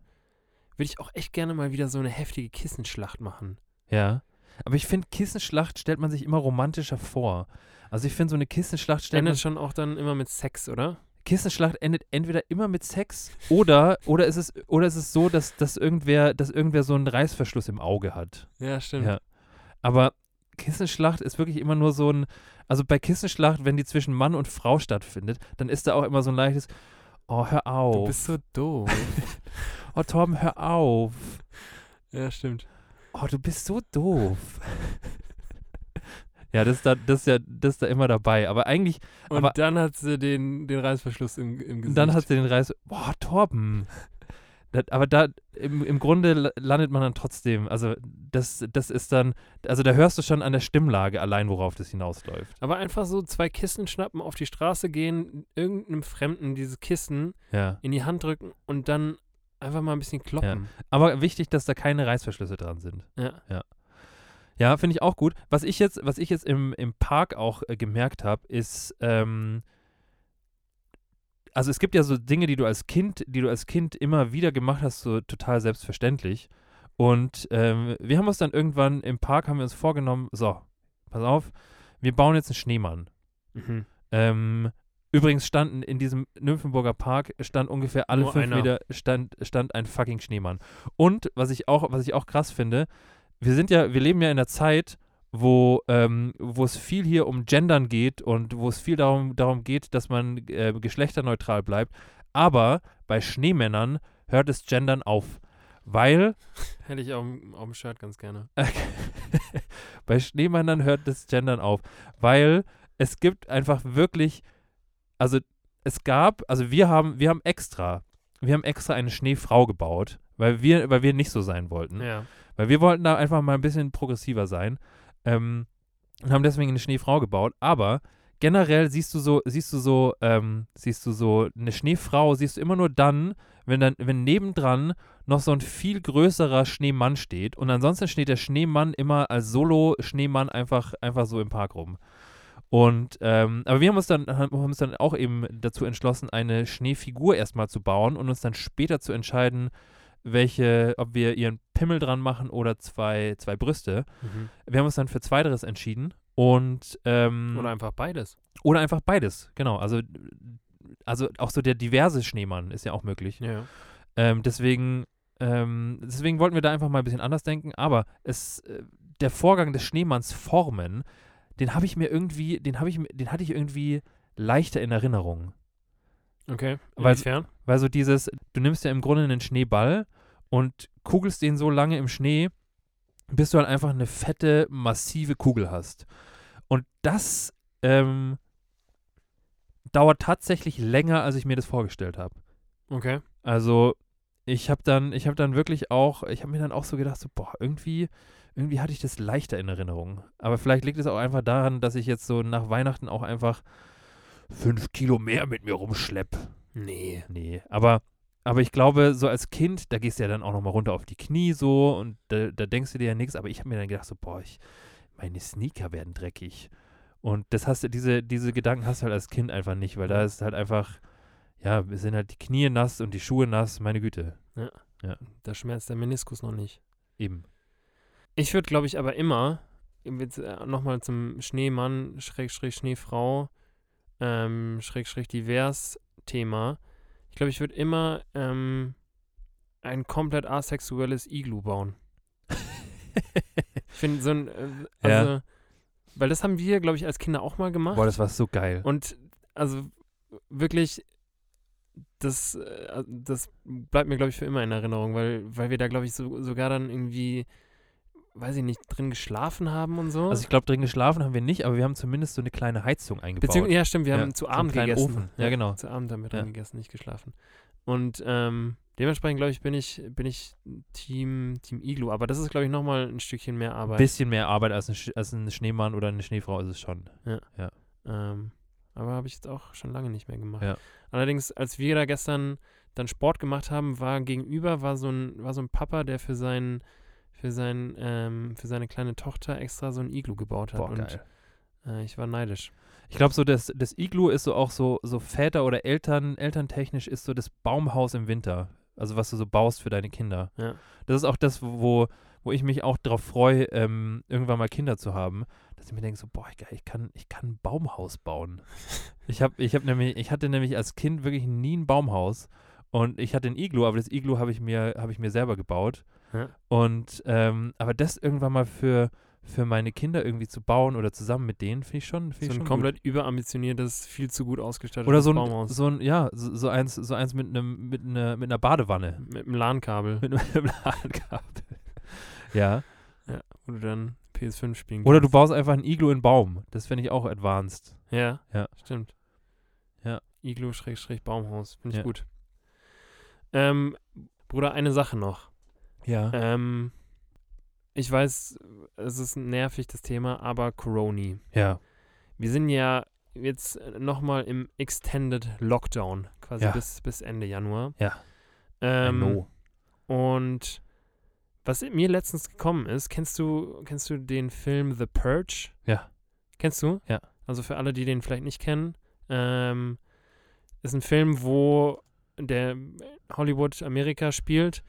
S3: würde ich auch echt gerne mal wieder so eine heftige Kissenschlacht machen.
S2: Ja. Aber ich finde, Kissenschlacht stellt man sich immer romantischer vor. Also ich finde, so eine Kissenschlacht stellt man
S3: Endet schon auch dann immer mit Sex, oder?
S2: Kissenschlacht endet entweder immer mit Sex oder oder ist es oder ist es so, dass, dass irgendwer dass irgendwer so einen Reißverschluss im Auge hat.
S3: Ja, stimmt.
S2: Ja. Aber Kissenschlacht ist wirklich immer nur so ein also bei Kissenschlacht, wenn die zwischen Mann und Frau stattfindet, dann ist da auch immer so ein leichtes Oh, hör
S3: Du
S2: auf.
S3: bist so doof.
S2: Oh, Torben, hör auf.
S3: ja, stimmt.
S2: Oh, du bist so doof. ja, das ist da das ist ja das ist da immer dabei, aber eigentlich
S3: Und
S2: Aber-
S3: dann hat sie den, den Reißverschluss im, im Gesicht.
S2: Und dann hast du den Reiß. Boah, Torben. Das, aber da, im, im Grunde la- landet man dann trotzdem. Also, das, das ist dann, also da hörst du schon an der Stimmlage allein, worauf das hinausläuft.
S3: Aber einfach so zwei Kissen schnappen, auf die Straße gehen, irgendeinem Fremden dieses Kissen
S2: Ja.
S3: in die Hand drücken und dann einfach mal ein bisschen kloppen.
S2: Aber wichtig, dass da keine Reißverschlüsse dran sind.
S3: Ja.
S2: Ja, finde ich auch gut. Was ich jetzt, was ich jetzt im, im Park auch äh, gemerkt habe, ist, ähm, also es gibt ja so Dinge, die du als Kind, die du als Kind immer wieder gemacht hast, so total selbstverständlich. Und ähm, wir haben uns dann irgendwann im Park haben wir uns vorgenommen, so, pass auf, wir bauen jetzt einen Schneemann.
S3: Mhm.
S2: Ähm, übrigens standen in diesem Nymphenburger Park stand ungefähr alle
S3: Nur
S2: fünf
S3: einer.
S2: Meter stand, stand ein fucking Schneemann. Und was ich auch, was ich auch krass finde, wir sind ja, wir leben ja in einer Zeit, wo, ähm, wo es viel hier um Gendern geht und wo es viel darum, darum geht, dass man äh, geschlechterneutral bleibt. Aber bei Schneemännern hört es Gendern auf. Weil
S3: Hätte ich auf, dem- auf dem Shirt ganz gerne.
S2: bei Schneemännern hört das Gendern auf, weil es gibt einfach wirklich, also es gab, also wir haben, wir haben extra, wir haben extra eine Schneefrau gebaut, weil wir, weil wir nicht so sein wollten,
S3: Ja.
S2: weil wir wollten da einfach mal ein bisschen progressiver sein ähm, und haben deswegen eine Schneefrau gebaut, aber generell siehst du so, siehst du so, ähm, siehst du so, eine Schneefrau siehst du immer nur dann, wenn dann, wenn nebendran noch so ein viel größerer Schneemann steht und ansonsten steht der Schneemann immer als Solo-Schneemann einfach, einfach so im Park rum. Und, ähm, aber wir haben uns, dann, haben uns dann auch eben dazu entschlossen, eine Schneefigur erstmal zu bauen und uns dann später zu entscheiden, welche, ob wir ihren Pimmel dran machen oder zwei, zwei Brüste.
S3: Mhm.
S2: Wir haben uns dann für zweiteres entschieden und ähm,
S3: Oder einfach beides.
S2: oder einfach beides, genau. Also, also auch so der diverse Schneemann ist ja auch möglich.
S3: Ja.
S2: Ähm, deswegen, ähm, deswegen wollten wir da einfach mal ein bisschen anders denken, aber es, äh, der Vorgang des Schneemanns formen, den habe ich mir irgendwie, den habe ich, mir- den hatte ich irgendwie leichter in Erinnerung.
S3: Okay.
S2: Weil-
S3: Inwiefern?
S2: Weil so dieses, du nimmst ja im Grunde einen Schneeball und kugelst den so lange im Schnee, bis du halt einfach eine fette, massive Kugel hast. Und das ähm, dauert tatsächlich länger, als ich mir das vorgestellt habe.
S3: Okay.
S2: Also ich habe dann, ich habe dann wirklich auch, ich habe mir dann auch so gedacht, so, boah, irgendwie, irgendwie hatte ich das leichter in Erinnerung. Aber vielleicht liegt es auch einfach daran, dass ich jetzt so nach Weihnachten auch einfach fünf Kilo mehr mit mir rumschlepp.
S3: Nee.
S2: Nee, aber, aber ich glaube, so als Kind, da gehst du ja dann auch nochmal runter auf die Knie so und da, da denkst du dir ja nichts, aber ich habe mir dann gedacht, so, boah, ich, meine Sneaker werden dreckig. Und das hast du, diese, diese Gedanken hast du halt als Kind einfach nicht, weil da ist halt einfach, ja, wir sind halt die Knie nass und die Schuhe nass, meine Güte.
S3: Da schmerzt der Meniskus noch nicht.
S2: Eben.
S3: Ich würde, glaube ich, aber immer, jetzt nochmal zum Schneemann, Schrägstrich Schneefrau, ähm, Schrägstrich divers Thema. Ich glaube, ich würde immer ähm, ein komplett asexuelles Iglu bauen. ich finde so ein, äh,
S2: Ja.
S3: also, weil das haben wir, glaube ich, als Kinder auch mal gemacht.
S2: Boah, das war so geil.
S3: Und also wirklich, das, äh, das bleibt mir, glaube ich, für immer in Erinnerung, weil, weil wir da, glaube ich, so, sogar dann irgendwie, weiß ich nicht, drin geschlafen haben und so.
S2: Also ich glaube, drin geschlafen haben wir nicht, aber wir haben zumindest so eine kleine Heizung eingebaut.
S3: Beziehungsweise, ja, stimmt, wir haben
S2: Ja,
S3: zu
S2: so einen
S3: Abend
S2: kleinen
S3: gegessen.
S2: Ofen. Ja, genau.
S3: Zu Abend haben wir
S2: Ja.
S3: drin gegessen, nicht geschlafen. Und ähm, dementsprechend, glaube ich, bin ich, bin ich Team, Team Iglu. Aber das ist, glaube ich, nochmal ein Stückchen mehr
S2: Ein
S3: Arbeit.
S2: bisschen mehr Arbeit als ein, Sch- als ein Schneemann oder eine Schneefrau ist es schon.
S3: Ähm, Aber habe ich jetzt auch schon lange nicht mehr gemacht.
S2: Ja.
S3: Allerdings, als wir da gestern dann Sport gemacht haben, war gegenüber war so ein, war so ein Papa, der für seinen, für seinen, ähm, für seine kleine Tochter extra so ein Iglu gebaut hat.
S2: Boah,
S3: und
S2: geil.
S3: Äh, ich war neidisch.
S2: Ich glaube, so das, das Iglu ist so auch so, so Väter oder Eltern, elterntechnisch ist so das Baumhaus im Winter. Also was du so baust für deine Kinder.
S3: Ja.
S2: Das ist auch das, wo, wo ich mich auch drauf freue, ähm, irgendwann mal Kinder zu haben. Dass ich mir denke, so, boah, geil, ich kann, ich kann ein Baumhaus bauen. ich habe ich hab nämlich, ich hatte nämlich als Kind wirklich nie ein Baumhaus. Und ich hatte ein Iglu, aber das Iglu habe ich mir, habe ich mir selber gebaut.
S3: Ja.
S2: Und ähm, aber das irgendwann mal für, für meine Kinder irgendwie zu bauen oder zusammen mit denen, finde ich schon. Find ich
S3: so ein
S2: schon gut.
S3: komplett überambitioniertes, viel zu gut ausgestattetes
S2: Oder so ein,
S3: Baumhaus
S2: so ein, ja, so, so eins, so eins mit einem, mit einer, mit einer Badewanne.
S3: mit einem LAN-Kabel,
S2: Mit einem Ladekabel. Ja.
S3: wo du dann PS5 spielen kannst.
S2: Oder du baust einfach ein Iglo in Baum. Das fände ich auch advanced.
S3: Ja,
S2: Ja.
S3: stimmt.
S2: Ja.
S3: Iglu-Baumhaus, finde ich
S2: Ja.
S3: gut. Ähm, Bruder, eine Sache noch.
S2: Ja.
S3: Ähm, ich weiß, es ist nervig, das Thema, aber Coroni.
S2: Ja.
S3: Wir sind ja jetzt nochmal im Extended Lockdown, quasi
S2: Ja.
S3: bis, bis Ende Januar.
S2: Ja.
S3: Ähm,
S2: no.
S3: Und was mir letztens gekommen ist, kennst du, kennst du den Film The Purge?
S2: Ja.
S3: Kennst du?
S2: Ja.
S3: Also für alle, die den vielleicht nicht kennen, ähm, ist ein Film, wo der Hollywood Amerika spielt,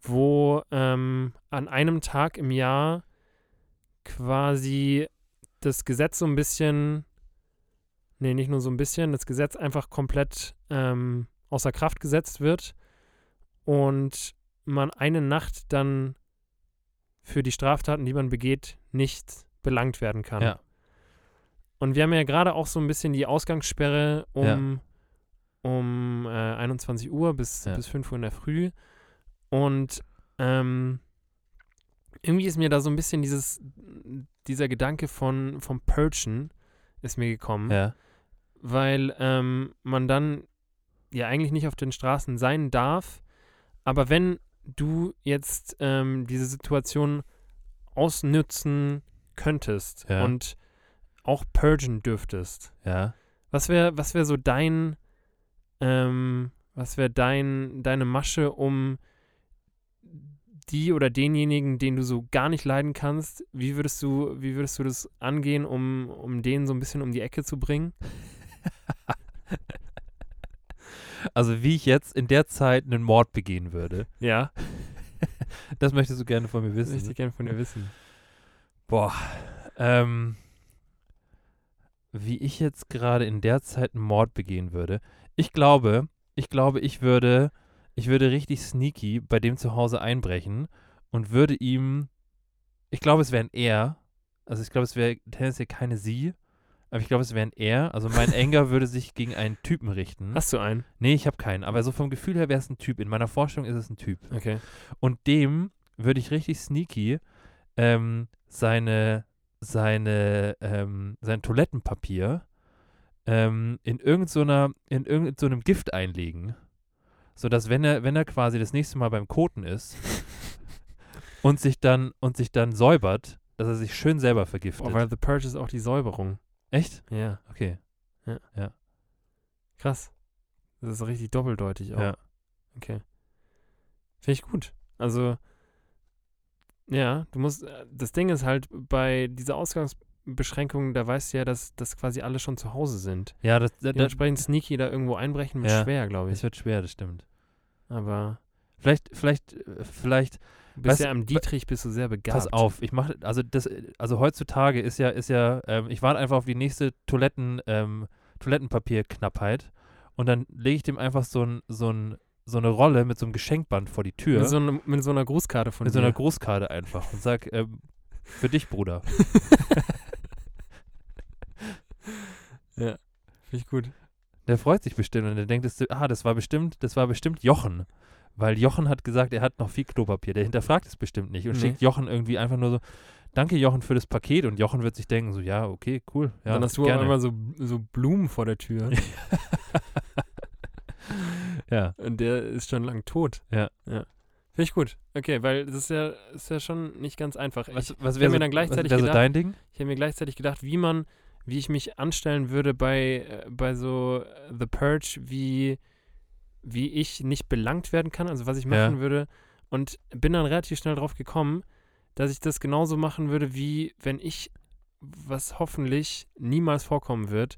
S3: wo ähm, an einem Tag im Jahr quasi das Gesetz so ein bisschen, nee, nicht nur so ein bisschen, das Gesetz einfach komplett ähm, außer Kraft gesetzt wird und man eine Nacht dann für die Straftaten, die man begeht, nicht belangt werden kann.
S2: Ja.
S3: Und wir haben ja gerade auch so ein bisschen die Ausgangssperre um, um äh, 21 Uhr bis,
S2: Ja.
S3: bis 5 Uhr in der Früh. Und ähm, irgendwie ist mir da so ein bisschen dieses, dieser Gedanke von, vom Purgen ist mir gekommen
S2: Ja.
S3: weil ähm, man dann ja eigentlich nicht auf den Straßen sein darf. Aber wenn du jetzt ähm, diese Situation ausnützen könntest
S2: Ja.
S3: und auch purgen dürftest,
S2: Ja.
S3: was wäre was wär so dein, ähm, was wäre dein, deine Masche, um die oder denjenigen, den du so gar nicht leiden kannst, wie würdest du, wie würdest du das angehen, um, um den so ein bisschen um die Ecke zu bringen?
S2: Also wie ich jetzt in der Zeit einen Mord begehen würde.
S3: Ja.
S2: Das möchtest du gerne von mir
S3: Das möchte
S2: wissen.
S3: ich gerne von dir wissen.
S2: Boah. Ähm, wie ich jetzt gerade in der Zeit einen Mord begehen würde. Ich glaube, ich glaube, ich würde, ich würde richtig sneaky bei dem zu Hause einbrechen und würde ihm, ich glaube, es wären er, also ich glaube, es wäre tendenziell keine sie, aber ich glaube, es wären er, also mein Anger würde sich gegen einen Typen richten.
S3: Hast du einen?
S2: Nee, ich habe keinen, aber so vom Gefühl her wäre es ein Typ. In meiner Vorstellung ist es ein Typ.
S3: Okay.
S2: Und dem würde ich richtig sneaky ähm, seine, seine, ähm, sein Toilettenpapier ähm, in irgendeiner, in irgendeinem Gift einlegen. Sodass, wenn er, wenn er quasi das nächste Mal beim Koten ist und sich dann und sich dann säubert, dass er sich schön selber vergiftet.
S3: Boah, weil The Purge ist auch die Säuberung.
S2: Echt?
S3: Ja.
S2: Okay.
S3: Krass. Das ist richtig doppeldeutig auch.
S2: Ja.
S3: Okay. Finde ich gut. Also, ja, du musst, äh, das Ding ist halt, bei dieser Ausgangsbeschränkung, da weißt du ja, dass, dass quasi alle schon zu Hause sind.
S2: Ja, das, das, das,
S3: Dementsprechend sneaky da irgendwo einbrechen wird
S2: Ja.
S3: schwer, glaube
S2: das
S3: ich.
S2: wird schwer, das stimmt.
S3: Aber
S2: Vielleicht, vielleicht, äh, vielleicht
S3: bist
S2: Weißt-
S3: ja am Dietrich bist du sehr begabt.
S2: Pass auf, ich mache, also das, also heutzutage ist ja, ist ja, ähm, ich warte einfach auf die nächste Toiletten, ähm, Toilettenpapierknappheit und dann lege ich dem einfach so ein, so ein, so eine Rolle mit so einem Geschenkband vor die Tür,
S3: Mit so, einem- mit so einer Grußkarte von
S2: mit so
S3: dir.
S2: einer Großkarte einfach und sag, ähm, für dich, Bruder.
S3: Finde ich gut.
S2: Der freut sich bestimmt und der denkt, das, ah, das war bestimmt, das war bestimmt Jochen. Weil Jochen hat gesagt, er hat noch viel Klopapier. Der hinterfragt es bestimmt nicht und
S3: Nee.
S2: schickt Jochen irgendwie einfach nur so, danke Jochen für das Paket und Jochen wird sich denken, so, ja, okay, cool. Ja,
S3: dann hast du
S2: gerne.
S3: auch immer so, so Blumen vor der Tür.
S2: Ja,
S3: Und der ist schon lang tot.
S2: Ja.
S3: ja. Finde ich gut. Okay, weil das ist ja, ist ja schon nicht ganz einfach.
S2: was,
S3: ich
S2: was
S3: hab
S2: wäre
S3: mir
S2: so,
S3: dann
S2: was
S3: gleichzeitig
S2: wär so
S3: gedacht-
S2: dein Ding?
S3: ich habe mir gleichzeitig gedacht, wie man wie ich mich anstellen würde bei, äh, bei so äh, The Purge, wie, wie ich nicht belangt werden kann, also was ich
S2: Ja.
S3: machen würde. Und bin dann relativ schnell drauf gekommen, dass ich das genauso machen würde, wie wenn ich, was hoffentlich niemals vorkommen wird.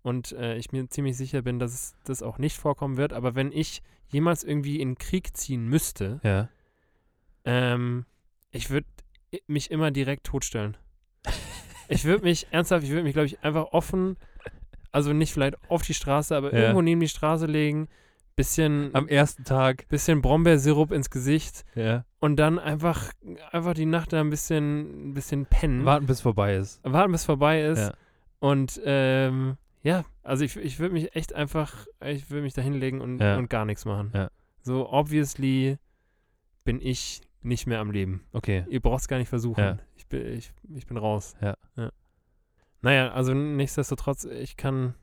S3: Und äh, ich mir ziemlich sicher bin, dass es das auch nicht vorkommen wird. Aber wenn ich jemals irgendwie in Krieg ziehen müsste,
S2: Ja.
S3: ähm, ich würde mich immer direkt totstellen. Ich würde mich, ernsthaft, ich würde mich, glaube ich, einfach offen, also nicht vielleicht auf die Straße, aber
S2: Ja.
S3: irgendwo neben die Straße legen, bisschen,
S2: Am ersten Tag.
S3: bisschen Brombeersirup ins Gesicht
S2: Ja.
S3: und dann einfach, einfach die Nacht da ein bisschen, ein bisschen pennen.
S2: Warten, bis vorbei ist.
S3: warten, bis vorbei ist.
S2: Ja.
S3: Und ähm, ja, also ich, ich würde mich echt einfach, ich würde mich da hinlegen und,
S2: Ja.
S3: und gar nichts machen.
S2: Ja.
S3: So, obviously bin ich nicht mehr am Leben.
S2: Okay.
S3: Ihr braucht es gar nicht versuchen.
S2: Ja.
S3: Ich, bin, ich, ich bin raus.
S2: Ja.
S3: Naja, also nichtsdestotrotz, ich kann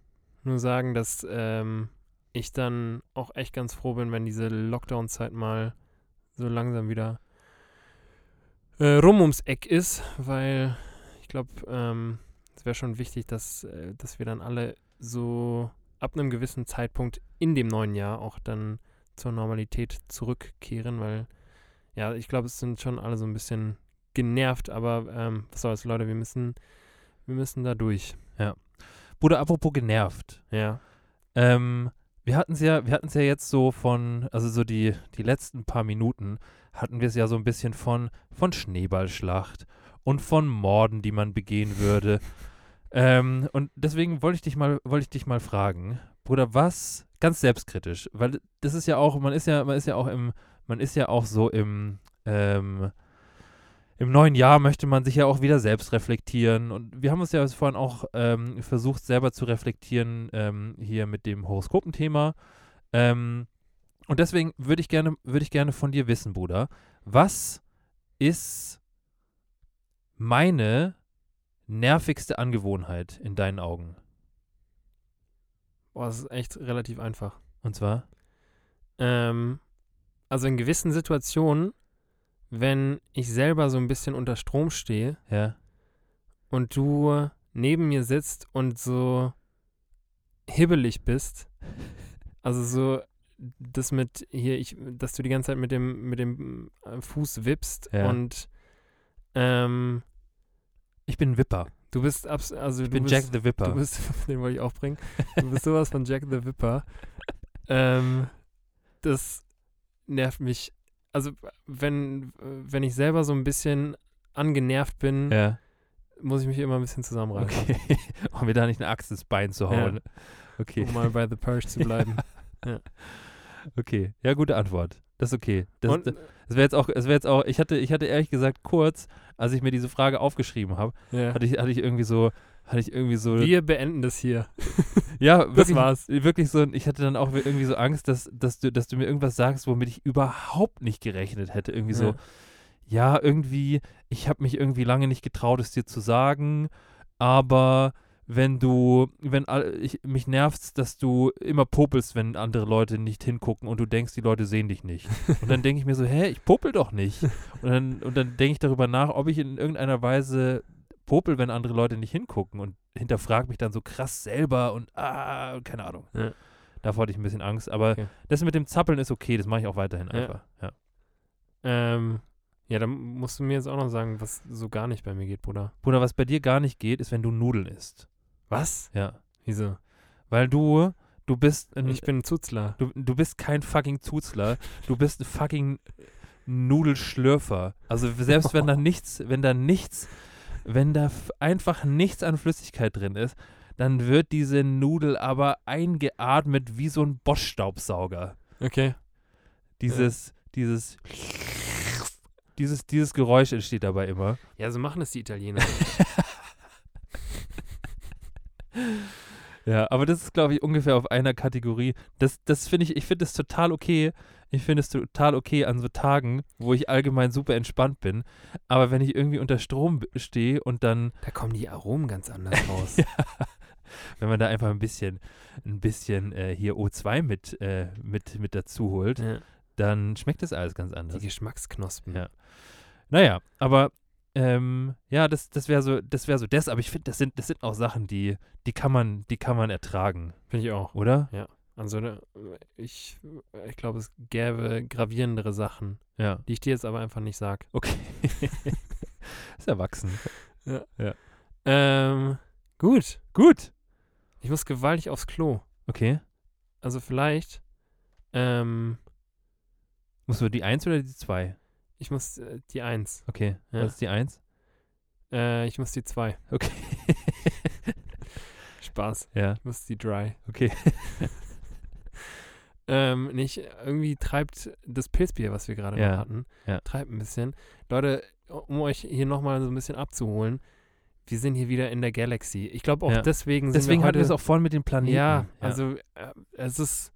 S3: nur sagen, dass ähm, ich dann auch echt ganz froh bin, wenn diese Lockdown-Zeit mal so langsam wieder äh, rum ums Eck ist, weil ich glaube, ähm, es wäre schon wichtig, dass, äh, dass wir dann alle so ab einem gewissen Zeitpunkt in dem neuen Jahr auch dann zur Normalität zurückkehren, weil ja, ich glaube, es sind schon alle so ein bisschen genervt, aber ähm, was soll's, Leute, wir müssen, wir müssen da durch.
S2: Bruder, apropos genervt.
S3: Ja.
S2: Ähm, wir hatten es ja, wir hatten es ja jetzt so von, also so die, die letzten paar Minuten hatten wir es ja so ein bisschen von, von Schneeballschlacht und von Morden, die man begehen würde. ähm, und deswegen wollte ich dich mal, wollte ich dich mal fragen, Bruder, was, ganz selbstkritisch, weil das ist ja auch, man ist ja, man ist ja auch im, man ist ja auch so im, ähm, im neuen Jahr möchte man sich ja auch wieder selbst reflektieren. Und wir haben uns ja vorhin auch ähm, versucht, selber zu reflektieren, ähm, hier mit dem Horoskopenthema. Ähm, und deswegen würde ich, gerne, würde ich gerne von dir wissen, Bruder, was ist meine nervigste Angewohnheit in deinen Augen?
S3: Boah, es ist echt relativ einfach.
S2: Und zwar,
S3: Ähm, also in gewissen Situationen, wenn ich selber so ein bisschen unter Strom stehe
S2: ja,
S3: und du neben mir sitzt und so hibbelig bist, also so das mit hier, ich, dass du die ganze Zeit mit dem, mit dem äh, Fuß wippst
S2: Ja.
S3: und ähm,
S2: ich bin ein Wipper.
S3: Du bist abs also
S2: Ich bin
S3: du
S2: Jack
S3: bist,
S2: the
S3: Du
S2: Wipper.
S3: bist, den wollte ich auch bringen. Du bist sowas von Jack the Wipper. ähm, das nervt mich. Also wenn wenn ich selber so ein bisschen angenervt bin,
S2: Ja,
S3: muss ich mich immer ein bisschen zusammenreißen,
S2: okay. um mir da nicht eine Axt ins Bein zu
S3: Ja.
S2: hauen. Okay.
S3: um mal bei The Purge zu bleiben.
S2: Okay, ja, gute Antwort. Das ist okay. Das,
S3: Und,
S2: das wäre jetzt auch, es wäre jetzt auch, ich hatte, ich hatte ehrlich gesagt kurz, als ich mir diese Frage aufgeschrieben habe,
S3: ja.
S2: hatte ich, hatte ich irgendwie so, hatte ich irgendwie so,
S3: Wir beenden das hier.
S2: ja, wirklich,
S3: war's.
S2: wirklich so, ich hatte dann auch irgendwie so Angst, dass, dass du, dass du mir irgendwas sagst, womit ich überhaupt nicht gerechnet hätte. Irgendwie so, ja, irgendwie, ich habe mich irgendwie lange nicht getraut, es dir zu sagen, aber wenn du, wenn all- ich, mich nervst, dass du immer popelst, wenn andere Leute nicht hingucken und du denkst, die Leute sehen dich nicht. Und dann denke ich mir so, hä, ich popel doch nicht. Und dann, und dann denke ich darüber nach, ob ich in irgendeiner Weise popel, wenn andere Leute nicht hingucken und hinterfrage mich dann so krass selber und ah, keine Ahnung.
S3: Ja.
S2: Davor hatte ich ein bisschen Angst, aber
S3: Okay.
S2: das mit dem Zappeln ist okay, das mache ich auch weiterhin
S3: Ja.
S2: einfach. Ja.
S3: Ähm, ja, dann musst du mir jetzt auch noch sagen, was so gar nicht bei mir geht, Bruder.
S2: Bruder, was bei dir gar nicht geht, ist, wenn du Nudeln isst.
S3: Was?
S2: Ja.
S3: Wieso?
S2: Weil du, du bist ein,
S3: Ich bin Zuzler.
S2: du, du bist kein fucking Zuzler, du bist ein fucking Nudelschlürfer. Also selbst wenn da nichts, wenn da nichts, wenn da f- einfach nichts an Flüssigkeit drin ist, dann wird diese Nudel aber eingeatmet wie so ein Bosch-Staubsauger.
S3: Okay.
S2: Dieses, dieses, dieses, dieses Geräusch entsteht dabei immer.
S3: Ja, so machen es die Italiener.
S2: Ja, aber das ist, glaube ich, ungefähr auf einer Kategorie. Das, das finde ich, ich finde es total okay. Ich finde es total okay an so Tagen, wo ich allgemein super entspannt bin. Aber wenn ich irgendwie unter Strom b- stehe und dann,
S3: Da kommen die Aromen ganz anders raus.
S2: wenn man da einfach ein bisschen, ein bisschen äh, hier O2 mit, äh, mit, mit dazu holt,
S3: Ja,
S2: dann schmeckt das alles ganz
S3: die
S2: anders.
S3: Geschmacksknospen.
S2: Ja. Naja, aber Ähm, ja, das, das wäre so, das wäre so das, aber ich finde, das sind, das sind auch Sachen, die, die kann man, die kann man ertragen,
S3: Finde ich auch.
S2: oder?
S3: Also ne, ich, ich glaube, es gäbe gravierendere Sachen,
S2: Ja.
S3: die ich dir jetzt aber einfach nicht sag.
S2: Okay. ist erwachsen.
S3: Ähm, gut.
S2: Gut.
S3: Ich muss gewaltig aufs Klo.
S2: Okay.
S3: Also vielleicht, ähm,
S2: Musst du die Eins oder die Zwei?
S3: ich muss äh, die Eins.
S2: Okay.
S3: Ja.
S2: Was ist die Eins?
S3: Äh, ich muss die zwei.
S2: Okay.
S3: Spaß.
S2: ja,
S3: Ich muss die drei.
S2: okay.
S3: Ähm, nicht, irgendwie treibt das Pilzbier, was wir gerade
S2: Ja,
S3: noch hatten,
S2: ja.
S3: treibt ein bisschen. Leute, um euch hier nochmal so ein bisschen abzuholen, wir sind hier wieder in der Galaxy. Ich glaube auch
S2: Ja.
S3: deswegen sind
S2: Deswegen
S3: wir
S2: hatten
S3: heute...
S2: wir es auch vorhin mit den Planeten.
S3: Ja, also äh, es ist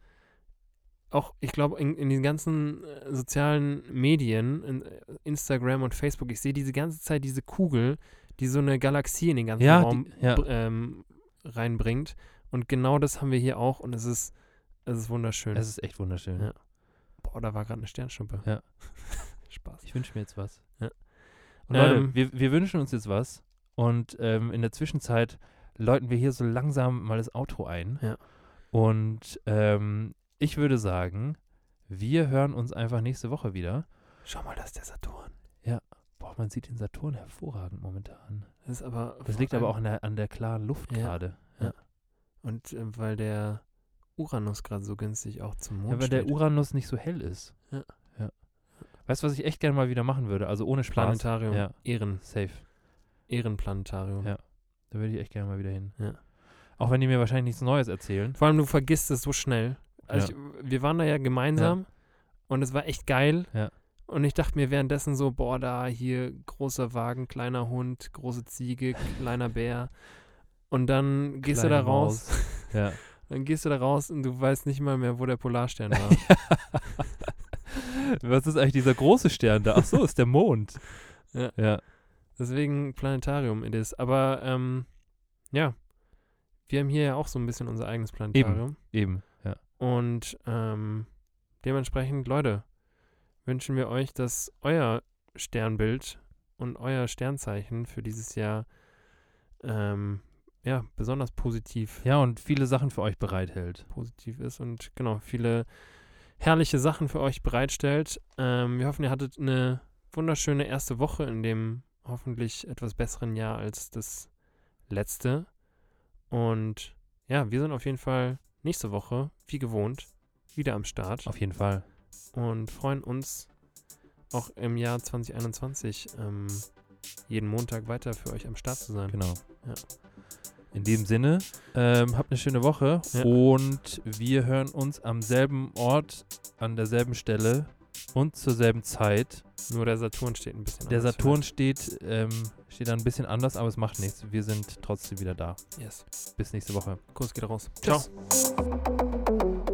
S3: auch, ich glaube, in, in den ganzen äh, sozialen Medien, in, äh, Instagram und Facebook, ich sehe diese ganze Zeit diese Kugel, die so eine Galaxie in den ganzen
S2: ja,
S3: Raum
S2: die, ja.
S3: br- ähm, reinbringt. Und genau das haben wir hier auch und es ist, es ist wunderschön.
S2: Es ist echt wunderschön.
S3: Ja. Boah, da war gerade eine Sternschnuppe.
S2: Ja.
S3: Spaß.
S2: Ich wünsche mir jetzt was.
S3: Ja.
S2: Und Leute,
S3: Ähm,
S2: wir, wir wünschen uns jetzt was. Und ähm, in der Zwischenzeit läuten wir hier so langsam mal das Outro ein.
S3: Ja.
S2: Und ähm, ich würde sagen, wir hören uns einfach nächste Woche wieder.
S3: Schau mal, das ist der Saturn.
S2: Boah, man sieht den Saturn hervorragend momentan.
S3: Das ist aber.
S2: Das
S3: vor
S2: liegt aber
S3: allem-
S2: auch an der, an der klaren Luft
S3: Ja.
S2: gerade.
S3: Und äh, weil der Uranus gerade so günstig auch zum Mond
S2: Ja, weil der
S3: steht.
S2: Uranus nicht so hell ist.
S3: Ja.
S2: ja. Weißt du, was ich echt gerne mal wieder machen würde? Also ohne Spaß.
S3: Planetarium.
S2: Ja.
S3: Ehren.
S2: Safe.
S3: Ehrenplanetarium.
S2: Ja. Da würde ich echt gerne mal wieder hin.
S3: Ja.
S2: Auch wenn die mir wahrscheinlich nichts Neues erzählen.
S3: Vor allem, du vergisst es so schnell. Also ich, wir waren da ja gemeinsam und es war echt geil.
S2: Ja.
S3: Und ich dachte mir währenddessen so, boah, da hier großer Wagen, kleiner Hund, große Ziege, kleiner Bär. Und dann gehst du
S2: Kleine
S3: da raus.
S2: Ja.
S3: Dann gehst du da raus und du weißt nicht mal mehr, wo der Polarstern war.
S2: Was ist eigentlich dieser große Stern da? Ach so, ist der Mond.
S3: Ja.
S2: ja.
S3: Deswegen Planetarium it is. Aber ähm, ja, wir haben hier ja auch so ein bisschen unser eigenes Planetarium.
S2: Eben. Ja.
S3: Und ähm, dementsprechend, Leute, wünschen wir euch, dass euer Sternbild und euer Sternzeichen für dieses Jahr ähm, ja, besonders positiv,
S2: ja, und viele Sachen für euch bereithält.
S3: positiv ist und genau viele herrliche Sachen für euch bereitstellt. Ähm, wir hoffen, ihr hattet eine wunderschöne erste Woche in dem hoffentlich etwas besseren Jahr als das letzte. Und ja, wir sind auf jeden Fall nächste Woche, wie gewohnt, wieder am Start
S2: Auf jeden Fall.
S3: und freuen uns auch im Jahr 2021 ähm, jeden Montag weiter für euch am Start zu sein.
S2: Genau.
S3: Ja.
S2: In dem Sinne, ähm, habt eine schöne Woche
S3: Ja.
S2: und wir hören uns am selben Ort, an derselben Stelle und zur selben Zeit.
S3: Nur der Saturn steht ein bisschen
S2: Der
S3: anders
S2: Saturn steht, ähm, steht da ein bisschen anders, aber es macht nichts. Wir sind trotzdem wieder da.
S3: vielleicht. Yes.
S2: Bis nächste Woche.
S3: Kurs geht raus.
S2: Ciao.
S3: Ciao.